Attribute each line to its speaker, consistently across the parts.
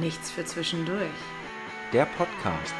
Speaker 1: Nichts für zwischendurch.
Speaker 2: Der Podcast.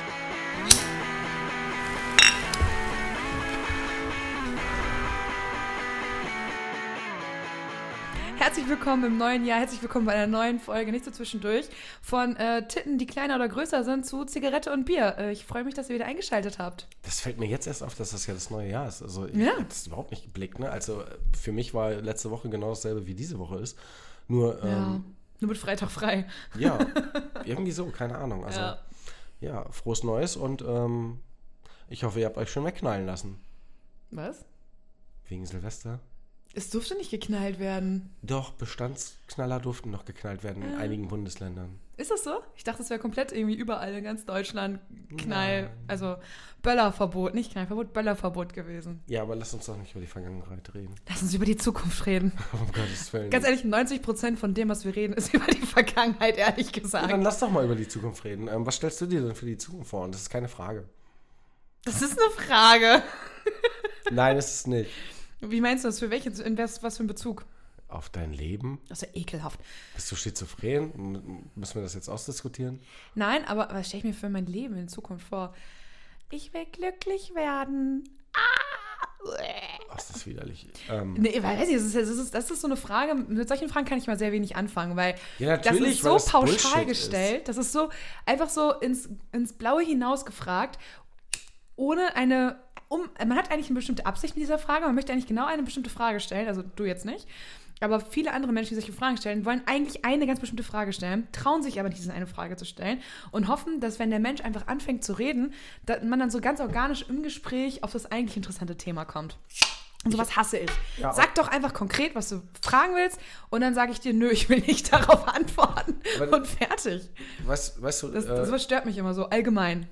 Speaker 3: Herzlich willkommen im neuen Jahr, herzlich willkommen bei einer neuen Folge, nicht so zwischendurch, von äh, Titten, die kleiner oder größer sind, zu Zigarette und Bier. Äh, ich freue mich, dass ihr wieder eingeschaltet habt.
Speaker 4: Das fällt mir jetzt erst auf, dass das ja das neue Jahr ist. Also ich
Speaker 3: Ja.
Speaker 4: habe das überhaupt nicht geblickt. Ne? Also äh, für mich war letzte Woche genau dasselbe wie diese Woche ist. Nur
Speaker 3: Ja.
Speaker 4: ähm,
Speaker 3: Nur mit Freitag frei.
Speaker 4: ja, irgendwie so, keine Ahnung. Also ja,
Speaker 3: Ja.
Speaker 4: frohes Neues und ähm, ich hoffe, ihr habt euch schon wegknallen lassen
Speaker 3: Was?
Speaker 4: wegen Silvester.
Speaker 3: Es durfte nicht geknallt werden.
Speaker 4: Doch Bestandsknaller durften noch geknallt werden
Speaker 3: Ah.
Speaker 4: in einigen Bundesländern.
Speaker 3: Ist das so? Ich dachte, es wäre komplett irgendwie überall in ganz Deutschland Knall, also Böllerverbot, nicht Knallverbot, Böllerverbot gewesen.
Speaker 4: Ja, aber lass uns doch nicht über die Vergangenheit reden.
Speaker 3: Lass uns über die Zukunft reden.
Speaker 4: Um Gottes Willen.
Speaker 3: Ganz ehrlich, 90% von dem, was wir reden, ist über die Vergangenheit, ehrlich
Speaker 4: Ja, dann
Speaker 3: gesagt.
Speaker 4: lass doch mal über die Zukunft reden. Ähm, was stellst du dir denn für die Zukunft vor? Und das ist keine Frage.
Speaker 3: Das ist eine Frage.
Speaker 4: Nein, ist es nicht.
Speaker 3: Wie meinst du das? Für welche, in was, was für einen Bezug?
Speaker 4: Auf dein Leben?
Speaker 3: Das ist ja Also ekelhaft.
Speaker 4: Bist du schizophren? M- Müssen wir das jetzt ausdiskutieren?
Speaker 3: Nein, aber was stelle ich mir für mein Leben in Zukunft vor? Ich will glücklich werden.
Speaker 4: Ach, ist das widerlich. Ähm,
Speaker 3: Nee, weil, weiß ich, das ist, das, ist, das ist so eine Frage, mit solchen Fragen kann ich mal sehr wenig anfangen, weil
Speaker 4: Ja, natürlich, weil
Speaker 3: das ist
Speaker 4: das
Speaker 3: so pauschal
Speaker 4: Bullshit ist.
Speaker 3: gestellt, das ist so einfach so ins, ins Blaue hinaus gefragt, ohne eine, um, man hat eigentlich eine bestimmte Absicht mit dieser Frage, man möchte eigentlich genau eine bestimmte Frage stellen, also du jetzt nicht, aber viele andere Menschen, die solche Fragen stellen, wollen eigentlich eine ganz bestimmte Frage stellen, trauen sich aber nicht, diese eine Frage zu stellen und hoffen, dass wenn der Mensch einfach anfängt zu reden, dass man dann so ganz organisch im Gespräch auf das eigentlich interessante Thema kommt. Und sowas hasse ich.
Speaker 4: Ja,
Speaker 3: Sag doch einfach konkret, was du fragen willst, und dann sage ich dir, nö, ich will nicht darauf antworten.
Speaker 4: Aber-
Speaker 3: und fertig.
Speaker 4: weißt, weißt du,
Speaker 3: Das,
Speaker 4: äh,
Speaker 3: sowas stört mich immer so, allgemein.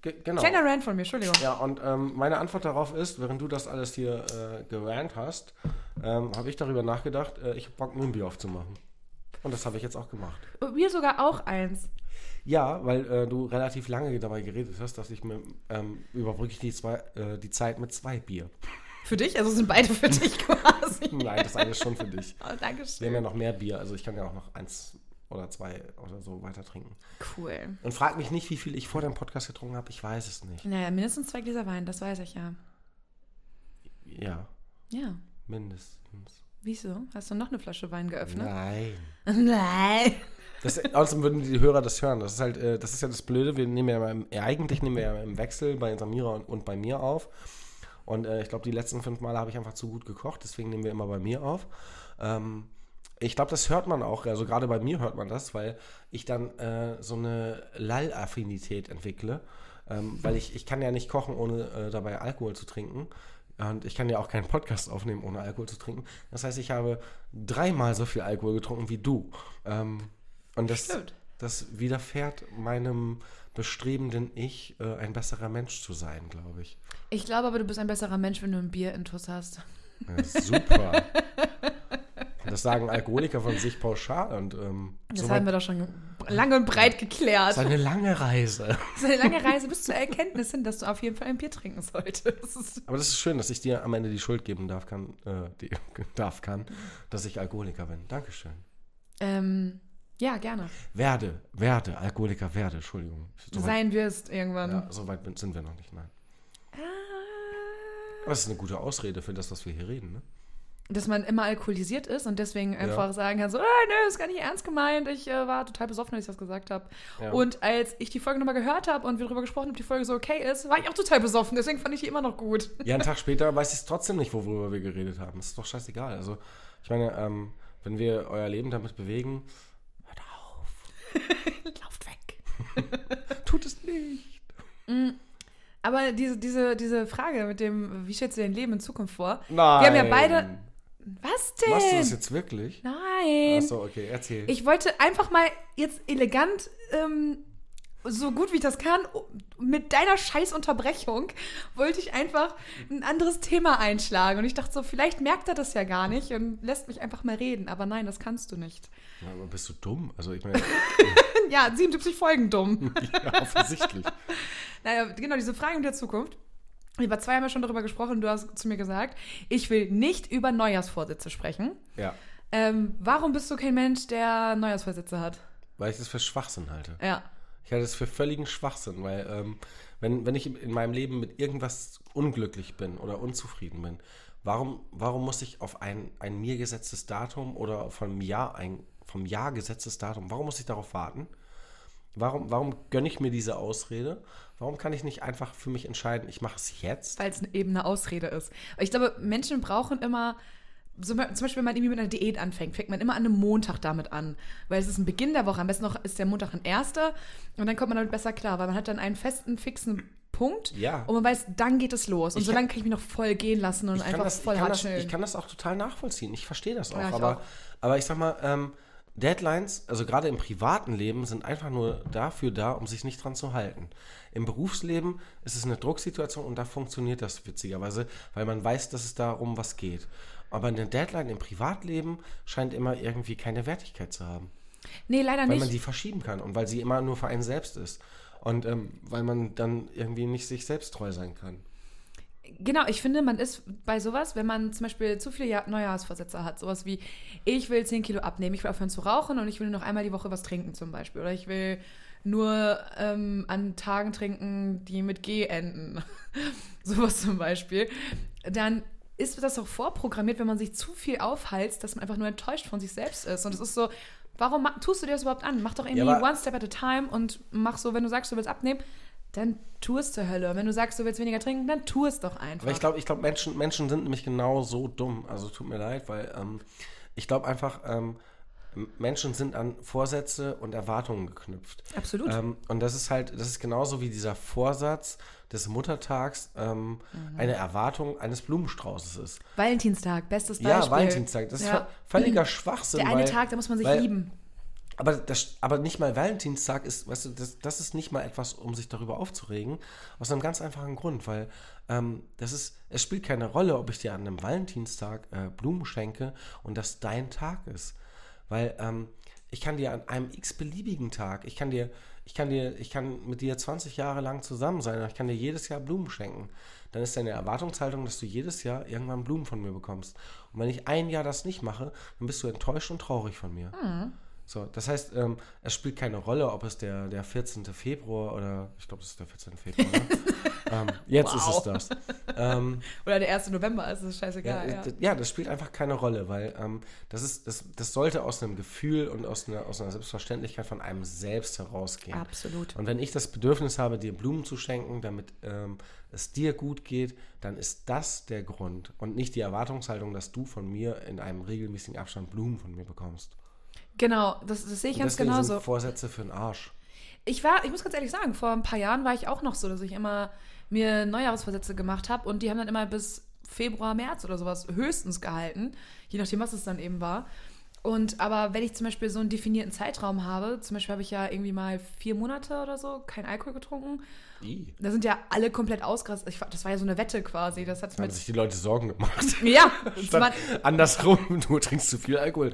Speaker 4: ge- genau.
Speaker 3: Kleiner Rant von mir, Entschuldigung.
Speaker 4: Ja, und ähm, meine Antwort darauf ist, während du das alles hier äh, gerannt hast, ähm, habe ich darüber nachgedacht, äh, ich habe Bock, mir ein Bier aufzumachen. Und das habe ich jetzt auch gemacht.
Speaker 3: Mir sogar auch eins.
Speaker 4: Ja, weil äh, du relativ lange dabei geredet hast, dass ich mir ähm, überbrücke ich die, zwei, äh, die Zeit mit zwei Bier.
Speaker 3: Für dich? Also sind beide für dich quasi.
Speaker 4: Nein, das eine ist schon für dich.
Speaker 3: Oh,
Speaker 4: Wir haben ja
Speaker 3: Dankeschön.
Speaker 4: noch mehr Bier, also ich kann ja auch noch eins oder zwei oder so weiter trinken.
Speaker 3: Cool.
Speaker 4: Und frag mich nicht, wie viel ich vor dem Podcast getrunken habe. Ich weiß es nicht.
Speaker 3: Naja, mindestens zwei Gläser Wein, das weiß ich ja.
Speaker 4: Ja,
Speaker 3: Ja.
Speaker 4: mindestens.
Speaker 3: Wieso? Hast du noch eine Flasche Wein geöffnet?
Speaker 4: Nein.
Speaker 3: Nein.
Speaker 4: Das, außerdem würden die Hörer das hören. Das ist halt, äh, das ist ja das Blöde. Wir nehmen ja, mal im, ja eigentlich nehmen wir ja im Wechsel bei Samira und, und bei mir auf. Und äh, ich glaube, die letzten fünf Male habe ich einfach zu gut gekocht. Deswegen nehmen wir immer bei mir auf. Ähm, ich glaube, das hört man auch. Also gerade bei mir hört man das, weil ich dann äh, so eine Lall-Affinität entwickle. Ähm, weil ich, ich kann ja nicht kochen, ohne äh, dabei Alkohol zu trinken. Und ich kann ja auch keinen Podcast aufnehmen, ohne Alkohol zu trinken. Das heißt, ich habe dreimal so viel Alkohol getrunken wie du. Ähm, und das,
Speaker 3: Stimmt.
Speaker 4: das widerfährt meinem bestrebenden Ich, äh, ein besserer Mensch zu sein, glaube ich.
Speaker 3: Ich glaube aber, du bist ein besserer Mensch, wenn du ein Bier in Tuss hast.
Speaker 4: Ja, super. das sagen Alkoholiker von sich pauschal. Und, ähm,
Speaker 3: Das
Speaker 4: so
Speaker 3: haben wir
Speaker 4: weit-
Speaker 3: doch schon ge- lange und breit geklärt.
Speaker 4: das ist eine lange Reise.
Speaker 3: Das ist eine lange Reise bis zur Erkenntnis hin, dass du auf jeden Fall ein Bier trinken solltest.
Speaker 4: Aber das ist schön, dass ich dir am Ende die Schuld geben darf, kann, äh, die, darf kann dass ich Alkoholiker bin. Dankeschön.
Speaker 3: Ähm, ja, gerne.
Speaker 4: Werde, werde, Alkoholiker werde, Entschuldigung. So weit,
Speaker 3: Sein wirst irgendwann.
Speaker 4: ja, so weit bin- sind wir noch nicht, nein.
Speaker 3: Ah.
Speaker 4: Aber es ist eine gute Ausrede für das, was wir hier reden, ne?
Speaker 3: Dass man immer alkoholisiert ist und deswegen einfach sagen kann, so, ah, nö, das ist gar nicht ernst gemeint. Ich äh, war total besoffen, als ich das gesagt habe.
Speaker 4: Ja.
Speaker 3: Und als ich die Folge nochmal gehört habe und wir darüber gesprochen haben, ob die Folge so okay ist, war ich auch total besoffen. Deswegen fand ich die immer noch gut.
Speaker 4: Ja, einen Tag später weiß ich es trotzdem nicht, worüber wir geredet haben. Das ist doch scheißegal. Also, ich meine, ähm, wenn wir euer Leben damit bewegen, hört auf.
Speaker 3: Lauft weg.
Speaker 4: Tut es nicht.
Speaker 3: Mm. Aber diese, diese, diese Frage mit dem, wie stellst du dein Leben in Zukunft vor?
Speaker 4: Nein.
Speaker 3: Wir haben ja beide. Was denn?
Speaker 4: Machst du das jetzt wirklich?
Speaker 3: Nein.
Speaker 4: Achso, okay, erzähl.
Speaker 3: Ich wollte einfach mal jetzt elegant, ähm, so gut wie ich das kann, oh, mit deiner scheiß Unterbrechung, wollte ich einfach ein anderes Thema einschlagen. Und ich dachte so, vielleicht merkt er das ja gar nicht und lässt mich einfach mal reden. Aber nein, das kannst du nicht.
Speaker 4: Ja, aber bist du dumm? Also, ich meine,
Speaker 3: Ja, 77 Folgen dumm.
Speaker 4: ja, offensichtlich.
Speaker 3: naja, genau, diese Fragen der Zukunft. Über zwei haben wir schon darüber gesprochen. Du hast zu mir gesagt, ich will nicht über Neujahrsvorsätze sprechen.
Speaker 4: Ja.
Speaker 3: Ähm, warum bist du kein Mensch, der Neujahrsvorsätze hat?
Speaker 4: weil ich das für Schwachsinn halte.
Speaker 3: Ja.
Speaker 4: Ich halte das für völligen Schwachsinn, weil ähm, wenn, wenn ich in meinem Leben mit irgendwas unglücklich bin oder unzufrieden bin, warum, warum muss ich auf ein, ein mir gesetztes Datum oder vom Jahr ein vom Jahr gesetztes Datum, warum muss ich darauf warten? Warum, warum gönne ich mir diese Ausrede? Warum kann ich nicht einfach für mich entscheiden, ich mache es jetzt?
Speaker 3: Weil es eben eine Ausrede ist. Aber ich glaube, Menschen brauchen immer, zum Beispiel, zum Beispiel, wenn man irgendwie mit einer Diät anfängt, fängt man immer an einem Montag damit an. Weil es ist ein Beginn der Woche. Am besten noch ist der Montag ein erster. Und dann kommt man damit besser klar, weil man hat dann einen festen, fixen Punkt.
Speaker 4: Ja.
Speaker 3: Und man weiß, dann geht es los. Und
Speaker 4: Ich
Speaker 3: so lange
Speaker 4: kann-
Speaker 3: kann ich mich noch voll gehen lassen und
Speaker 4: ich
Speaker 3: einfach
Speaker 4: kann das,
Speaker 3: voll
Speaker 4: ich kann
Speaker 3: hart
Speaker 4: das,
Speaker 3: chillen.
Speaker 4: ich kann das auch total nachvollziehen. Ich verstehe das auch.
Speaker 3: Ja, ich
Speaker 4: aber,
Speaker 3: auch.
Speaker 4: aber ich sag mal, ähm, Deadlines, also gerade im privaten Leben, sind einfach nur dafür da, um sich nicht dran zu halten. Im Berufsleben ist es eine Drucksituation und da funktioniert das witzigerweise, weil man weiß, dass es darum was geht. Aber eine Deadline im Privatleben scheint immer irgendwie keine Wertigkeit zu haben
Speaker 3: nee, leider
Speaker 4: weil
Speaker 3: nicht.
Speaker 4: man sie verschieben kann und weil sie immer nur für einen selbst ist. Und ähm, weil man dann irgendwie nicht sich selbst treu sein kann.
Speaker 3: Genau, ich finde, man ist bei sowas, wenn man zum Beispiel zu viele Ja- Neujahrsvorsätze hat, sowas wie, ich will 10 Kilo abnehmen, ich will aufhören zu rauchen und ich will nur noch einmal die Woche was trinken zum Beispiel. Oder ich will nur ähm, an Tagen trinken, die mit G enden. sowas zum Beispiel. Dann ist das auch vorprogrammiert, wenn man sich zu viel aufheizt, dass man einfach nur enttäuscht von sich selbst ist. Und es ist so, warum ma- tust du dir das überhaupt an? Mach doch irgendwie
Speaker 4: aber-
Speaker 3: one step at a time und mach so, wenn du sagst, du willst abnehmen, dann tu es zur Hölle. Und wenn du sagst, du willst weniger trinken, dann tu es doch einfach.
Speaker 4: Aber ich glaube, ich glaub, Menschen, Menschen sind nämlich genau so dumm. Also tut mir leid, weil ähm, ich glaube einfach, ähm, M- Menschen sind an Vorsätze und Erwartungen geknüpft.
Speaker 3: Absolut.
Speaker 4: Ähm, und das ist halt, das ist genauso wie dieser Vorsatz des Muttertags ähm,
Speaker 3: Mhm.
Speaker 4: eine Erwartung eines Blumenstraußes ist.
Speaker 3: Valentinstag, bestes Beispiel.
Speaker 4: Ja, Valentinstag, das ist
Speaker 3: Ja.
Speaker 4: ver- völliger Schwachsinn.
Speaker 3: Der eine
Speaker 4: weil-
Speaker 3: Tag, da muss man sich
Speaker 4: weil-
Speaker 3: lieben.
Speaker 4: Aber, das, aber nicht mal Valentinstag ist, weißt du, das, das ist nicht mal etwas, um sich darüber aufzuregen. Aus einem ganz einfachen Grund, weil ähm, das ist, es spielt keine Rolle, ob ich dir an einem Valentinstag äh, Blumen schenke und das dein Tag ist. Weil ähm, ich kann dir an einem x-beliebigen Tag, ich kann dir, ich kann dir, ich kann mit dir 20 Jahre lang zusammen sein und ich kann dir jedes Jahr Blumen schenken. Dann ist deine Erwartungshaltung, dass du jedes Jahr irgendwann Blumen von mir bekommst. Und wenn ich ein Jahr das nicht mache, dann bist du enttäuscht und traurig von mir. So, das heißt, ähm, es spielt keine Rolle, ob es der, der 14. Februar oder ich glaube, es ist der 14. Februar. ne? ähm, jetzt
Speaker 3: Wow.
Speaker 4: ist es das. Ähm,
Speaker 3: Oder der 1. November, also ist das
Speaker 4: ja, äh,
Speaker 3: scheißegal. Ja,
Speaker 4: d- ja, das spielt einfach keine Rolle, weil ähm, das ist, das, das sollte aus einem Gefühl und aus einer, aus einer Selbstverständlichkeit von einem selbst herausgehen.
Speaker 3: Absolut.
Speaker 4: Und wenn ich das Bedürfnis habe, dir Blumen zu schenken, damit ähm, es dir gut geht, dann ist das der Grund und nicht die Erwartungshaltung, dass du von mir in einem regelmäßigen Abstand Blumen von mir bekommst.
Speaker 3: Genau, das, das sehe ich
Speaker 4: Und
Speaker 3: ganz
Speaker 4: deswegen
Speaker 3: genauso.
Speaker 4: sind Vorsätze für den Arsch.
Speaker 3: Ich war, ich muss ganz ehrlich sagen, vor ein paar Jahren war ich auch noch so, dass ich immer mir Neujahrsvorsätze gemacht habe und die haben dann immer bis Februar, März oder sowas höchstens gehalten, je nachdem, was es dann eben war. Und aber wenn ich zum Beispiel so einen definierten Zeitraum habe, zum Beispiel habe ich ja irgendwie mal vier Monate oder so keinen Alkohol getrungen,
Speaker 4: I.
Speaker 3: da sind ja alle komplett ausgerastet. Ich, war- das war ja so eine Wette quasi. Das hat
Speaker 4: Da haben
Speaker 3: mit.
Speaker 4: sich die Leute Sorgen gemacht.
Speaker 3: Ja, das war,
Speaker 4: Statt andersrum, du trinkst zu viel Alkohol.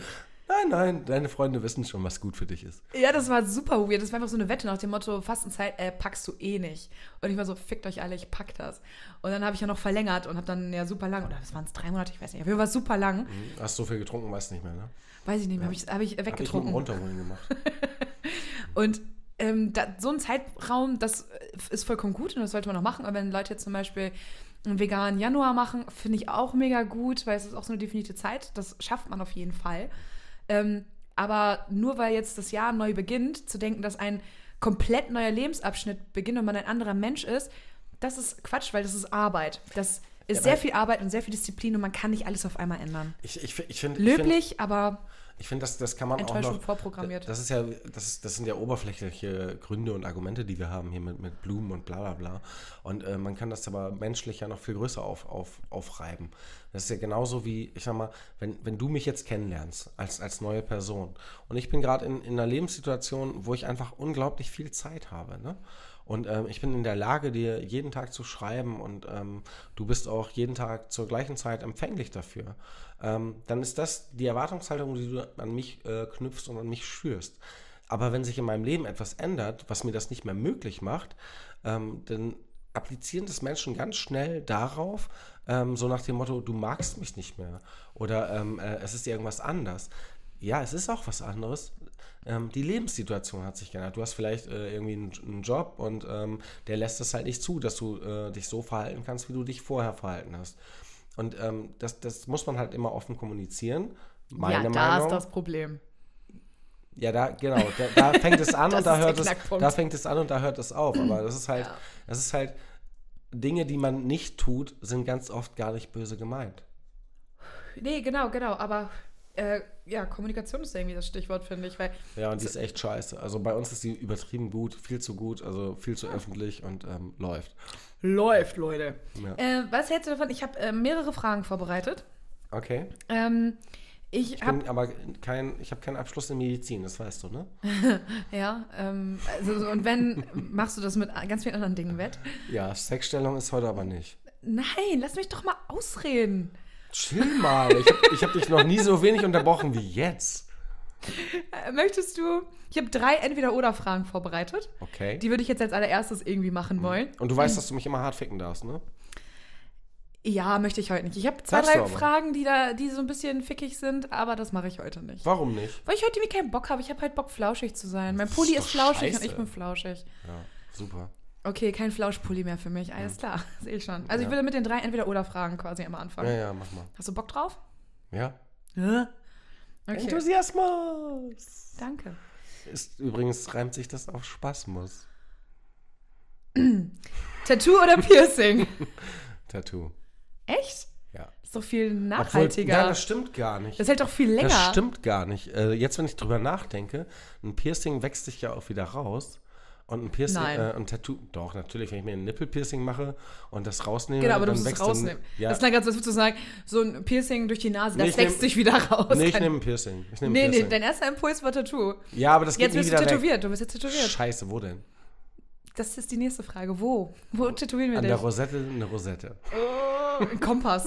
Speaker 4: Nein, nein, deine Freunde wissen schon, was gut für dich ist.
Speaker 3: Ja, das war super weird. Das war einfach so eine Wette nach dem Motto, Fastenzeit äh, packst du eh nicht. Und ich war so, fickt euch alle, ich pack das. Und dann habe ich ja noch verlängert und habe dann ja super lang, oder was waren es, drei Monate, ich weiß nicht, auf jeden Fall super lang,
Speaker 4: Hast so viel getrunken, weißt nicht mehr, ne?
Speaker 3: weiß ich nicht mehr, habe ich, Mhm. hab ich
Speaker 4: Hab ich mit dem
Speaker 3: weggetrunken.
Speaker 4: Runterholen gemacht.
Speaker 3: und ähm, da, so ein Zeitraum, das äh, ist vollkommen gut und das sollte man noch machen. Aber wenn Leute jetzt zum Beispiel einen veganen Januar machen, finde ich auch mega gut, weil es ist auch so eine definierte Zeit. Das schafft man auf jeden Fall. Ähm, aber nur weil jetzt das Jahr neu beginnt, zu denken, dass ein komplett neuer Lebensabschnitt beginnt und man ein anderer Mensch ist, das ist Quatsch, weil das ist Arbeit. Das ist
Speaker 4: Ja,
Speaker 3: sehr
Speaker 4: weil-
Speaker 3: viel Arbeit und sehr viel Disziplin und man kann nicht alles auf einmal ändern.
Speaker 4: Ich, ich, ich finde, ich find,
Speaker 3: Löblich, aber
Speaker 4: ich find, das, das kann man auch
Speaker 3: Enttäuschung
Speaker 4: noch.
Speaker 3: vorprogrammiert.
Speaker 4: Das ist ja, das, ist, das sind ja oberflächliche Gründe und Argumente, die wir haben hier mit, mit Blumen und bla bla bla. Und äh, man kann das aber menschlich ja noch viel größer auf, auf, aufreiben. Das ist ja genauso wie, ich sag mal, wenn, wenn du mich jetzt kennenlernst als, als neue Person und ich bin gerade in, in einer Lebenssituation, wo ich einfach unglaublich viel Zeit habe, ne? Und ähm, ich bin in der Lage, dir jeden Tag zu schreiben und ähm, du bist auch jeden Tag zur gleichen Zeit empfänglich dafür. Ähm, dann ist das die Erwartungshaltung, die du an mich äh, knüpfst und an mich schürst. Aber wenn sich in meinem Leben etwas ändert, was mir das nicht mehr möglich macht, ähm, dann applizieren das Menschen ganz schnell darauf, ähm, so nach dem Motto, du magst mich nicht mehr oder ähm, äh, es ist irgendwas anders. Ja, es ist auch was anderes. ähm, die Lebenssituation hat sich geändert. Du hast vielleicht äh, irgendwie einen, einen Job und ähm, der lässt es halt nicht zu, dass du äh, dich so verhalten kannst, wie du dich vorher verhalten hast. Und ähm, das, das muss man halt immer offen kommunizieren. Meine
Speaker 3: ja, da
Speaker 4: Meinung.
Speaker 3: ist das Problem.
Speaker 4: Ja, da, genau, da, da fängt es an
Speaker 3: Das
Speaker 4: und da
Speaker 3: ist der
Speaker 4: hört es,
Speaker 3: Knackpunkt.
Speaker 4: da fängt es an und da hört es auf. Aber das ist halt,
Speaker 3: Ja.
Speaker 4: das ist halt, Dinge, die man nicht tut, sind ganz oft gar nicht böse gemeint.
Speaker 3: Nee, genau, genau. Aber äh, ja, Kommunikation ist irgendwie das Stichwort, finde ich. Weil
Speaker 4: Ja, und die ist echt scheiße. Also bei uns ist die übertrieben gut, viel zu gut, also viel zu öffentlich und ähm, läuft.
Speaker 3: läuft, Leute.
Speaker 4: Ja.
Speaker 3: Äh, was hältst du davon? Ich habe äh, mehrere Fragen vorbereitet.
Speaker 4: Okay.
Speaker 3: Ähm, ich
Speaker 4: Ich
Speaker 3: habe
Speaker 4: bin aber kein, ich habe keinen Abschluss in Medizin, das weißt du, ne?
Speaker 3: Ja, ähm, also, so- und wenn, machst du das mit a- ganz vielen anderen Dingen wett?
Speaker 4: Ja, Sexstellung ist heute aber nicht.
Speaker 3: Nein, lass mich doch mal ausreden.
Speaker 4: Chill mal, ich habe ich hab dich noch nie so wenig unterbrochen wie jetzt.
Speaker 3: Äh, Möchtest du, ich habe drei Entweder-Oder-Fragen vorbereitet.
Speaker 4: Okay.
Speaker 3: Die würde ich jetzt als allererstes irgendwie
Speaker 4: Mhm.
Speaker 3: machen wollen.
Speaker 4: Und du weißt, dass du mich immer hart ficken darfst, ne?
Speaker 3: Ja, möchte ich heute nicht. Ich habe zwei,
Speaker 4: Sagst du
Speaker 3: drei
Speaker 4: aber.
Speaker 3: Fragen, die da, die so ein bisschen fickig sind, aber das mache ich heute nicht.
Speaker 4: Warum nicht?
Speaker 3: Weil ich heute irgendwie keinen Bock habe. Ich habe halt Bock, flauschig zu sein. Mein Pulli
Speaker 4: ist
Speaker 3: ist,
Speaker 4: doch
Speaker 3: flauschig und
Speaker 4: scheiße.
Speaker 3: ich bin flauschig.
Speaker 4: Ja, super.
Speaker 3: Okay, kein Flauschpulli mehr für mich. Alles klar, sehe ich schon. Also ich
Speaker 4: Ja.
Speaker 3: würde mit den drei Entweder-Oder-Fragen quasi immer
Speaker 4: Ja,
Speaker 3: anfangen.
Speaker 4: ja, mach mal.
Speaker 3: Hast du Bock drauf?
Speaker 4: Ja.
Speaker 3: Ja. Okay.
Speaker 4: Enthusiasmus!
Speaker 3: Danke.
Speaker 4: Ist, übrigens reimt sich das auf Spasmus.
Speaker 3: Tattoo oder Piercing?
Speaker 4: Tattoo.
Speaker 3: Echt?
Speaker 4: Ja.
Speaker 3: Ist doch viel
Speaker 4: Obwohl-
Speaker 3: nachhaltiger.
Speaker 4: Ja, das stimmt gar nicht.
Speaker 3: das hält doch viel länger.
Speaker 4: Das stimmt gar nicht. Äh, jetzt, wenn ich drüber nachdenke, ein Piercing wächst sich ja auch wieder raus. Und ein Piercing,
Speaker 3: Nein.
Speaker 4: äh, ein Tattoo, doch, natürlich, wenn ich mir ein Nippelpiercing mache und das rausnehme,
Speaker 3: Genau, aber du
Speaker 4: dann
Speaker 3: musst es
Speaker 4: wächst ein-
Speaker 3: rausnehmen.
Speaker 4: Ja,
Speaker 3: Das klang gerade so, als würdest du sagen, so ein Piercing durch die Nase,
Speaker 4: Nee,
Speaker 3: das
Speaker 4: ich
Speaker 3: wächst
Speaker 4: nehm-
Speaker 3: sich wieder raus.
Speaker 4: nee, ich
Speaker 3: Kein-
Speaker 4: nehme ein Piercing. Ich nehm ein
Speaker 3: nee, nee,
Speaker 4: Piercing.
Speaker 3: dein erster Impuls war Tattoo.
Speaker 4: ja, aber das geht
Speaker 3: Jetzt
Speaker 4: nie
Speaker 3: bist du
Speaker 4: wieder
Speaker 3: tätowiert, du bist jetzt
Speaker 4: weg.
Speaker 3: tätowiert.
Speaker 4: Scheiße, wo denn?
Speaker 3: Das ist die nächste Frage. Wo? Wo tätowieren wir
Speaker 4: An der
Speaker 3: dich?
Speaker 4: Rosette eine Rosette.
Speaker 3: Ein Kompass.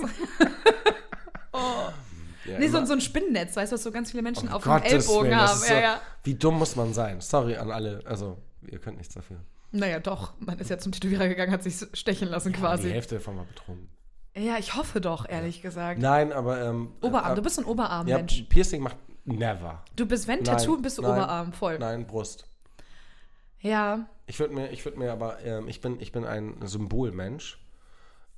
Speaker 4: Ja,
Speaker 3: nee, so,
Speaker 4: immer-
Speaker 3: so ein Spinnennetz, weißt du, was so ganz viele Menschen
Speaker 4: Um
Speaker 3: auf
Speaker 4: Gottes
Speaker 3: dem Ellbogen
Speaker 4: Willen, das
Speaker 3: haben.
Speaker 4: ist so,
Speaker 3: Ja, ja.
Speaker 4: Wie dumm muss man sein? Sorry an alle. Also, ihr könnt nichts dafür.
Speaker 3: Naja, doch. Man ist ja zum Tätowierer gegangen, hat sich stechen lassen
Speaker 4: Die
Speaker 3: quasi.
Speaker 4: Hälfte davon war betrunken.
Speaker 3: Ja, ich hoffe doch, ehrlich gesagt.
Speaker 4: Nein, aber. Ähm,
Speaker 3: Oberarm,
Speaker 4: äh,
Speaker 3: du bist so ein
Speaker 4: ja,
Speaker 3: Oberarm-Mensch.
Speaker 4: Piercing macht never.
Speaker 3: Du bist, wenn
Speaker 4: Nein,
Speaker 3: Tattoo, bist du
Speaker 4: nein,
Speaker 3: Oberarm, voll.
Speaker 4: Nein, Brust.
Speaker 3: Ja,
Speaker 4: Ich würde mir, ich würde mir aber, ähm, ich bin, ich bin ein Symbolmensch.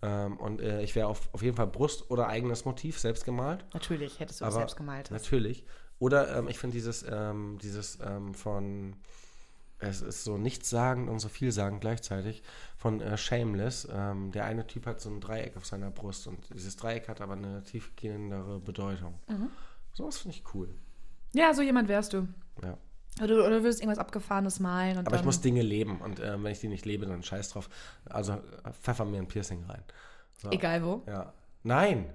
Speaker 4: Ähm, und äh, ich wäre auf, auf jeden Fall Brust oder eigenes Motiv selbst gemalt.
Speaker 3: natürlich, hättest du
Speaker 4: aber
Speaker 3: das selbst gemalt.
Speaker 4: Natürlich. Oder ähm, ich finde dieses, ähm, dieses ähm, von es ist so nichtssagend und so vielsagend gleichzeitig von äh, Shameless. Ähm, der eine Typ hat so ein Dreieck auf seiner Brust und dieses Dreieck hat aber eine tiefgehendere Bedeutung.
Speaker 3: Mhm.
Speaker 4: Sowas finde ich cool.
Speaker 3: Ja, so jemand wärst du.
Speaker 4: Ja.
Speaker 3: Oder, du- oder du würdest irgendwas Abgefahrenes malen. Und
Speaker 4: Aber
Speaker 3: dann,
Speaker 4: ich muss Dinge leben und ähm, wenn ich die nicht lebe, dann scheiß drauf. Also äh, pfeffer mir ein Piercing rein. So.
Speaker 3: Egal wo.
Speaker 4: Ja. Nein.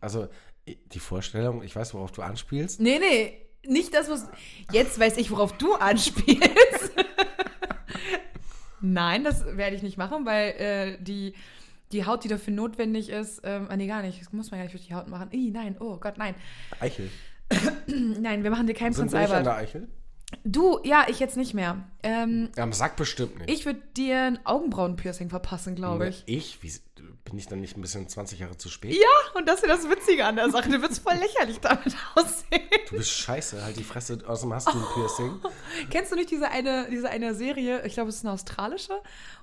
Speaker 4: Also i- die Vorstellung, ich weiß, worauf du anspielst.
Speaker 3: Nee, nee, nicht das, was. Jetzt weiß ich, worauf du anspielst. Nein, das werde ich nicht machen, weil äh, die, die Haut, die dafür notwendig ist, ähm, ah, nee, gar nicht. Das muss man gar nicht durch die Haut machen. Ih, nein, oh Gott, nein.
Speaker 4: Eichel.
Speaker 3: Nein, wir machen dir keinen
Speaker 4: Sind
Speaker 3: Prinz
Speaker 4: wir nicht an
Speaker 3: Albert.
Speaker 4: der Eichel?
Speaker 3: Du, ja, ich jetzt nicht mehr. Ähm,
Speaker 4: Am Sack bestimmt nicht.
Speaker 3: ich würde dir ein Augenbrauenpiercing verpassen, glaube ich.
Speaker 4: Ich? Wie, bin ich dann nicht ein bisschen 20 Jahre zu spät?
Speaker 3: Ja, und das ist ja das Witzige an der Sache. Du wirst voll lächerlich damit aussehen.
Speaker 4: Du bist scheiße, halt die Fresse, außerdem hast du ein Piercing.
Speaker 3: Kennst du nicht diese eine, diese eine Serie, ich glaube, es ist eine australische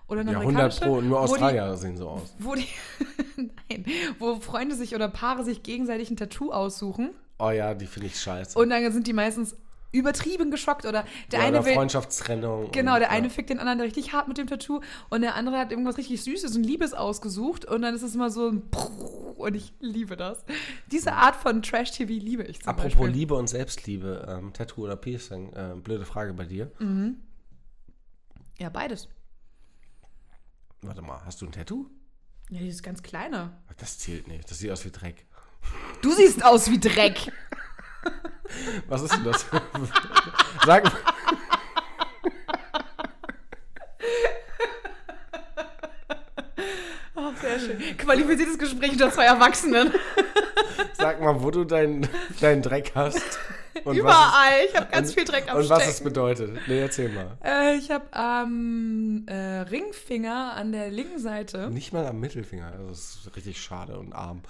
Speaker 3: oder eine
Speaker 4: Ja, 100
Speaker 3: amerikanische?
Speaker 4: Pro, nur
Speaker 3: wo die-
Speaker 4: Australier sehen so aus.
Speaker 3: Wo die, nein, wo Freunde sich oder Paare sich gegenseitig ein Tattoo aussuchen
Speaker 4: Oh ja, die finde ich scheiße.
Speaker 3: und dann sind die meistens übertrieben geschockt oder der
Speaker 4: ja,
Speaker 3: eine
Speaker 4: oder
Speaker 3: will,
Speaker 4: Freundschaftstrennung.
Speaker 3: genau,
Speaker 4: und,
Speaker 3: der eine
Speaker 4: ja.
Speaker 3: fickt den anderen richtig hart mit dem Tattoo und der andere hat irgendwas richtig Süßes und Liebes ausgesucht und dann ist es immer so ein und ich liebe das. Diese Art von Trash-TV liebe ich zum
Speaker 4: Apropos
Speaker 3: Beispiel.
Speaker 4: Liebe und Selbstliebe, ähm, Tattoo oder Piercing, äh, blöde Frage bei dir.
Speaker 3: Mhm. Ja, beides.
Speaker 4: Warte mal, hast du ein Tattoo?
Speaker 3: Ja, dieses ganz kleine.
Speaker 4: Das zählt nicht, das sieht aus wie Dreck.
Speaker 3: Du siehst aus wie Dreck.
Speaker 4: Was ist denn das? Sag mal.
Speaker 3: Ach, sehr schön. Qualifiziertes Gespräch unter zwei Erwachsenen.
Speaker 4: Sag mal, wo du deinen deinen Dreck hast. Und Was
Speaker 3: Überall. Ich habe
Speaker 4: es,
Speaker 3: ganz
Speaker 4: und,
Speaker 3: viel Dreck am
Speaker 4: Und was es
Speaker 3: Stecken.
Speaker 4: bedeutet. Nee, erzähl mal.
Speaker 3: äh, ich habe am äh, Ringfinger an der linken Seite.
Speaker 4: Nicht mal am Mittelfinger, also das ist richtig schade und arm.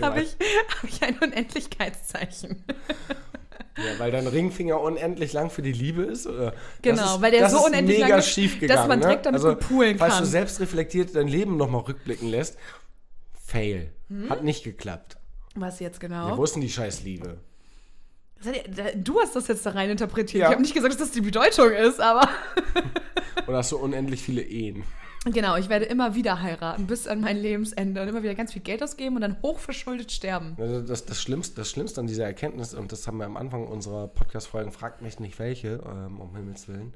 Speaker 3: habe ich, hab ich ein Unendlichkeitszeichen.
Speaker 4: Ja, weil dein Ringfinger unendlich lang für die Liebe ist? Oder?
Speaker 3: Genau,
Speaker 4: das ist,
Speaker 3: weil der
Speaker 4: das
Speaker 3: so
Speaker 4: ist
Speaker 3: unendlich
Speaker 4: mega
Speaker 3: lang ist,
Speaker 4: schief
Speaker 3: dass
Speaker 4: gegangen,
Speaker 3: man
Speaker 4: ne?
Speaker 3: direkt damit
Speaker 4: also,
Speaker 3: bepulen
Speaker 4: Falls
Speaker 3: kann.
Speaker 4: du selbst reflektiert dein Leben nochmal rückblicken lässt, fail.
Speaker 3: Hm?
Speaker 4: Hat nicht geklappt.
Speaker 3: Was jetzt
Speaker 4: Wir
Speaker 3: genau?
Speaker 4: wussten die scheiß Liebe.
Speaker 3: Das hat ja- da- Du hast das jetzt da rein interpretiert.
Speaker 4: Ja.
Speaker 3: Ich habe nicht gesagt, dass das die Bedeutung ist, aber
Speaker 4: Oder hast du unendlich viele Ehen?
Speaker 3: genau, ich werde immer wieder heiraten bis an mein Lebensende und immer wieder ganz viel Geld ausgeben und dann hochverschuldet sterben.
Speaker 4: Also Das, das, Schlimmste, das Schlimmste an dieser Erkenntnis, und das haben wir am Anfang unserer Podcast-Folgen, fragt mich nicht welche, ähm, um Himmels Willen,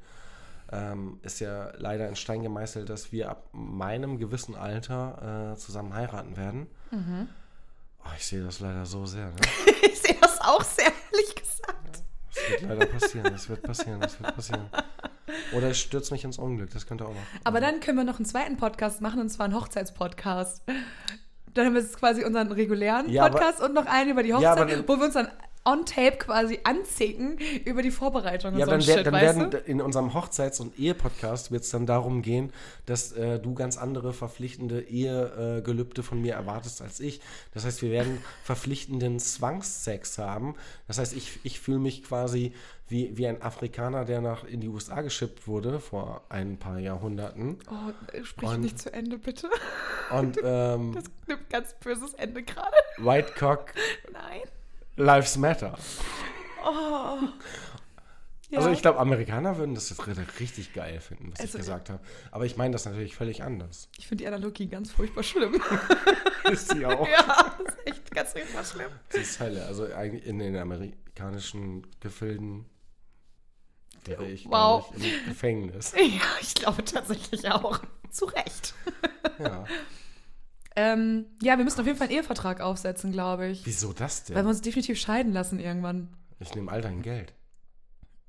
Speaker 4: ähm, ist ja leider in Stein gemeißelt, dass wir ab meinem gewissen Alter äh, zusammen heiraten werden. Oh, ich sehe das leider so sehr. Ne?
Speaker 3: Ich sehe das auch sehr ehrlich gesagt.
Speaker 4: Das wird leider passieren, das wird passieren, das wird passieren. Oder ich stürze mich ins Unglück, das könnte auch noch.
Speaker 3: Aber dann können wir noch einen zweiten Podcast machen und zwar einen Hochzeitspodcast. Dann haben wir jetzt quasi unseren regulären
Speaker 4: Ja, aber-
Speaker 3: Podcast und noch einen über die
Speaker 4: Ja,
Speaker 3: Hochzeit,
Speaker 4: aber dann-
Speaker 3: wo wir uns dann on tape quasi anzicken über die Vorbereitung und
Speaker 4: Ja,
Speaker 3: so
Speaker 4: dann,
Speaker 3: ein
Speaker 4: wer-
Speaker 3: Shit,
Speaker 4: dann
Speaker 3: weißt
Speaker 4: werden
Speaker 3: du?
Speaker 4: in unserem Hochzeits- und Ehe-Podcast wird es dann darum gehen, dass äh, du ganz andere verpflichtende Ehegelübde äh, Gelübde von mir erwartest als ich. Das heißt, wir werden verpflichtenden Zwangssex haben. Das heißt, ich, ich fühle mich quasi wie, wie ein Afrikaner, der nach in die USA geschippt wurde vor ein paar Jahrhunderten.
Speaker 3: Oh, sprich
Speaker 4: Und-
Speaker 3: nicht zu Ende, bitte.
Speaker 4: Und ähm,
Speaker 3: Das nimmt ein ganz böses Ende gerade.
Speaker 4: White Cock
Speaker 3: Nein.
Speaker 4: Lives Matter.
Speaker 3: Oh. Ja.
Speaker 4: Also ich glaube, Amerikaner würden das jetzt richtig- richtig geil finden, was
Speaker 3: Also-
Speaker 4: ich gesagt habe. Aber ich meine das natürlich völlig anders.
Speaker 3: Ich finde die Analogie ganz furchtbar schlimm.
Speaker 4: Ist sie auch.
Speaker 3: ja, das ist echt ganz furchtbar schlimm.
Speaker 4: Das ist Hölle. Also eigentlich in den amerikanischen Gefilden wäre ich,
Speaker 3: Wow.
Speaker 4: wow. ich, im Gefängnis.
Speaker 3: Ja, ich glaube tatsächlich auch. Zu Recht.
Speaker 4: Ja.
Speaker 3: Ähm, ja, wir müssen auf jeden Fall einen Ehevertrag aufsetzen, glaube ich.
Speaker 4: Wieso das
Speaker 3: Weil wir
Speaker 4: denn?
Speaker 3: uns definitiv scheiden lassen irgendwann.
Speaker 4: Ich nehme all dein Geld.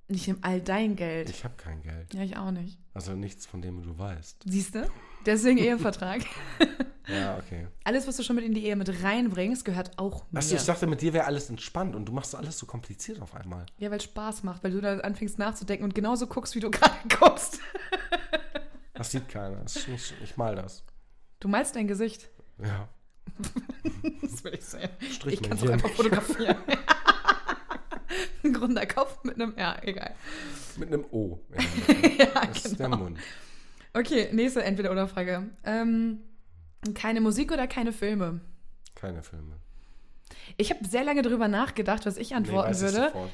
Speaker 3: Ich nehme all dein Geld.
Speaker 4: Ich habe kein Geld.
Speaker 3: ja, ich auch nicht.
Speaker 4: Also nichts, von dem du weißt.
Speaker 3: Siehst du? Deswegen Ehevertrag.
Speaker 4: Ja, okay.
Speaker 3: Alles, was du schon mit in die Ehe mit reinbringst, gehört auch mir.
Speaker 4: Achso, ich dachte, mit dir wäre alles entspannt und du machst alles so kompliziert auf einmal.
Speaker 3: ja, weil es Spaß macht, weil du dann anfängst nachzudenken und genauso guckst, wie du gerade guckst.
Speaker 4: Das sieht keiner. Das ist nicht, ich mal das.
Speaker 3: Du malst dein Gesicht.
Speaker 4: Ja.
Speaker 3: Das will ich sehen. Ich kann es auch
Speaker 4: Strichmännchen.
Speaker 3: einfach fotografieren. Ein runder Kopf mit einem R, egal.
Speaker 4: Mit einem O. Ja,
Speaker 3: Ja,
Speaker 4: das ist der
Speaker 3: genau.
Speaker 4: Mund.
Speaker 3: Okay, nächste Entweder-Oder-Frage. Ähm, keine Musik oder keine Filme?
Speaker 4: Keine Filme.
Speaker 3: Ich habe sehr lange darüber nachgedacht, was ich antworten
Speaker 4: weiß ich
Speaker 3: würde.
Speaker 4: sofort.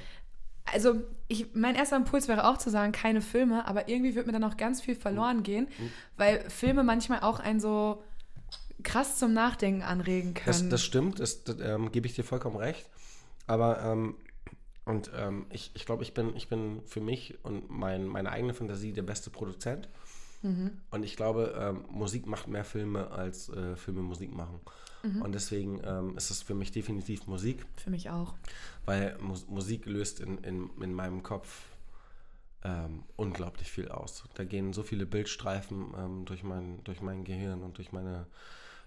Speaker 3: Also, ich, mein erster Impuls wäre auch zu sagen, keine Filme, aber irgendwie wird mir dann auch ganz viel verloren gehen, weil Filme manchmal auch einen so krass zum Nachdenken anregen
Speaker 4: Das,
Speaker 3: können.
Speaker 4: das stimmt, das, das ähm, gebe ich dir vollkommen recht. Aber ähm, und ähm, ich, ich glaube, ich bin, ich bin für mich und mein, meine eigene Fantasie der beste Produzent. Und ich glaube, ähm, Musik macht mehr Filme, als äh, Filme Musik machen. Und deswegen ähm, ist es für mich definitiv Musik,
Speaker 3: Für mich auch.
Speaker 4: weil Mus Musik löst in, in, in meinem Kopf ähm, unglaublich viel aus. Da gehen so viele Bildstreifen ähm, durch, mein, durch mein Gehirn und durch meine,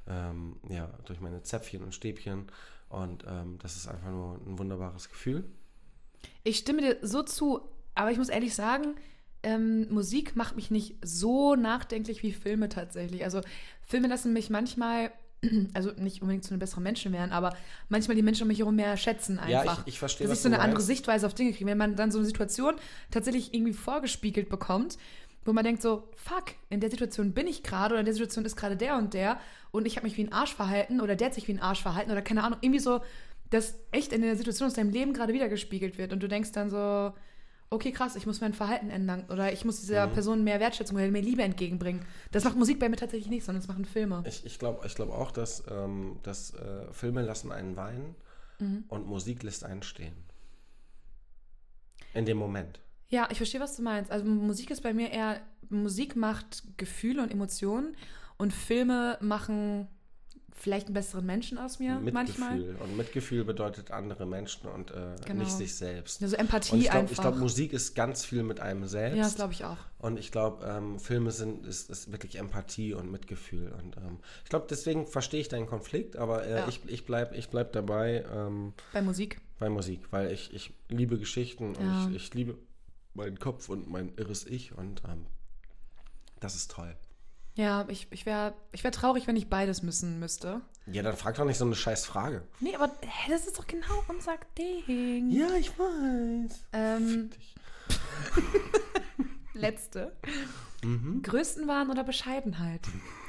Speaker 4: ähm, ja, durch meine Zäpfchen und Stäbchen. Und ähm, das ist einfach nur ein wunderbares Gefühl.
Speaker 3: Ich stimme dir so zu, aber ich muss ehrlich sagen, ähm, Musik macht mich nicht so nachdenklich wie Filme tatsächlich. Also Filme lassen mich manchmal, also nicht unbedingt zu einem besseren Menschen werden, aber manchmal die Menschen um mich herum mehr schätzen einfach.
Speaker 4: Ja, ich, ich verstehe,
Speaker 3: dass ich
Speaker 4: was
Speaker 3: so
Speaker 4: du
Speaker 3: eine andere
Speaker 4: meinst.
Speaker 3: Sichtweise auf Dinge kriege. Wenn man dann so eine Situation tatsächlich irgendwie vorgespiegelt bekommt, wo man denkt so, fuck, in der Situation bin ich gerade oder in der Situation ist gerade der und der und ich habe mich wie ein Arsch verhalten oder der hat sich wie ein Arsch verhalten oder keine Ahnung, irgendwie so, dass echt in der Situation aus deinem Leben gerade wieder gespiegelt wird und du denkst dann so, okay, krass, ich muss mein Verhalten ändern oder ich muss dieser Person mehr Wertschätzung oder mehr Liebe entgegenbringen. Das macht Musik bei mir tatsächlich nicht, sondern das machen Filme.
Speaker 4: Ich, ich glaube ich glaub auch, dass, ähm, dass äh, Filme lassen einen weinen
Speaker 3: Mhm.
Speaker 4: und Musik lässt einen stehen. In dem Moment.
Speaker 3: Ja, ich verstehe, was du meinst. Also Musik ist bei mir eher, Musik macht Gefühle und Emotionen und Filme machen vielleicht einen besseren Menschen aus mir manchmal.
Speaker 4: Mitgefühl. Und Mitgefühl bedeutet andere Menschen und äh,
Speaker 3: Genau.
Speaker 4: nicht sich selbst.
Speaker 3: Also Empathie
Speaker 4: Und ich glaube,
Speaker 3: einfach.
Speaker 4: glaub, Musik ist ganz viel mit einem selbst.
Speaker 3: ja, das glaube ich auch.
Speaker 4: Und ich glaube, ähm, Filme sind ist, ist wirklich Empathie und Mitgefühl. Und ähm, ich glaube, deswegen verstehe ich deinen Konflikt, aber äh,
Speaker 3: Ja.
Speaker 4: ich, ich bleibe ich bleib dabei ähm,
Speaker 3: Bei Musik.
Speaker 4: bei Musik, weil ich, ich liebe Geschichten
Speaker 3: Ja.
Speaker 4: und ich, ich liebe meinen Kopf und mein irres Ich und ähm, das ist toll.
Speaker 3: Ja, ich, ich wäre ich wär traurig, wenn ich beides müssen müsste.
Speaker 4: Ja, dann frag doch nicht so eine scheiß Frage.
Speaker 3: Nee, aber hä, das ist doch genau unser Ding.
Speaker 4: Ja, ich weiß.
Speaker 3: Ähm, letzte.
Speaker 4: Mhm.
Speaker 3: Größenwahn oder Bescheidenheit?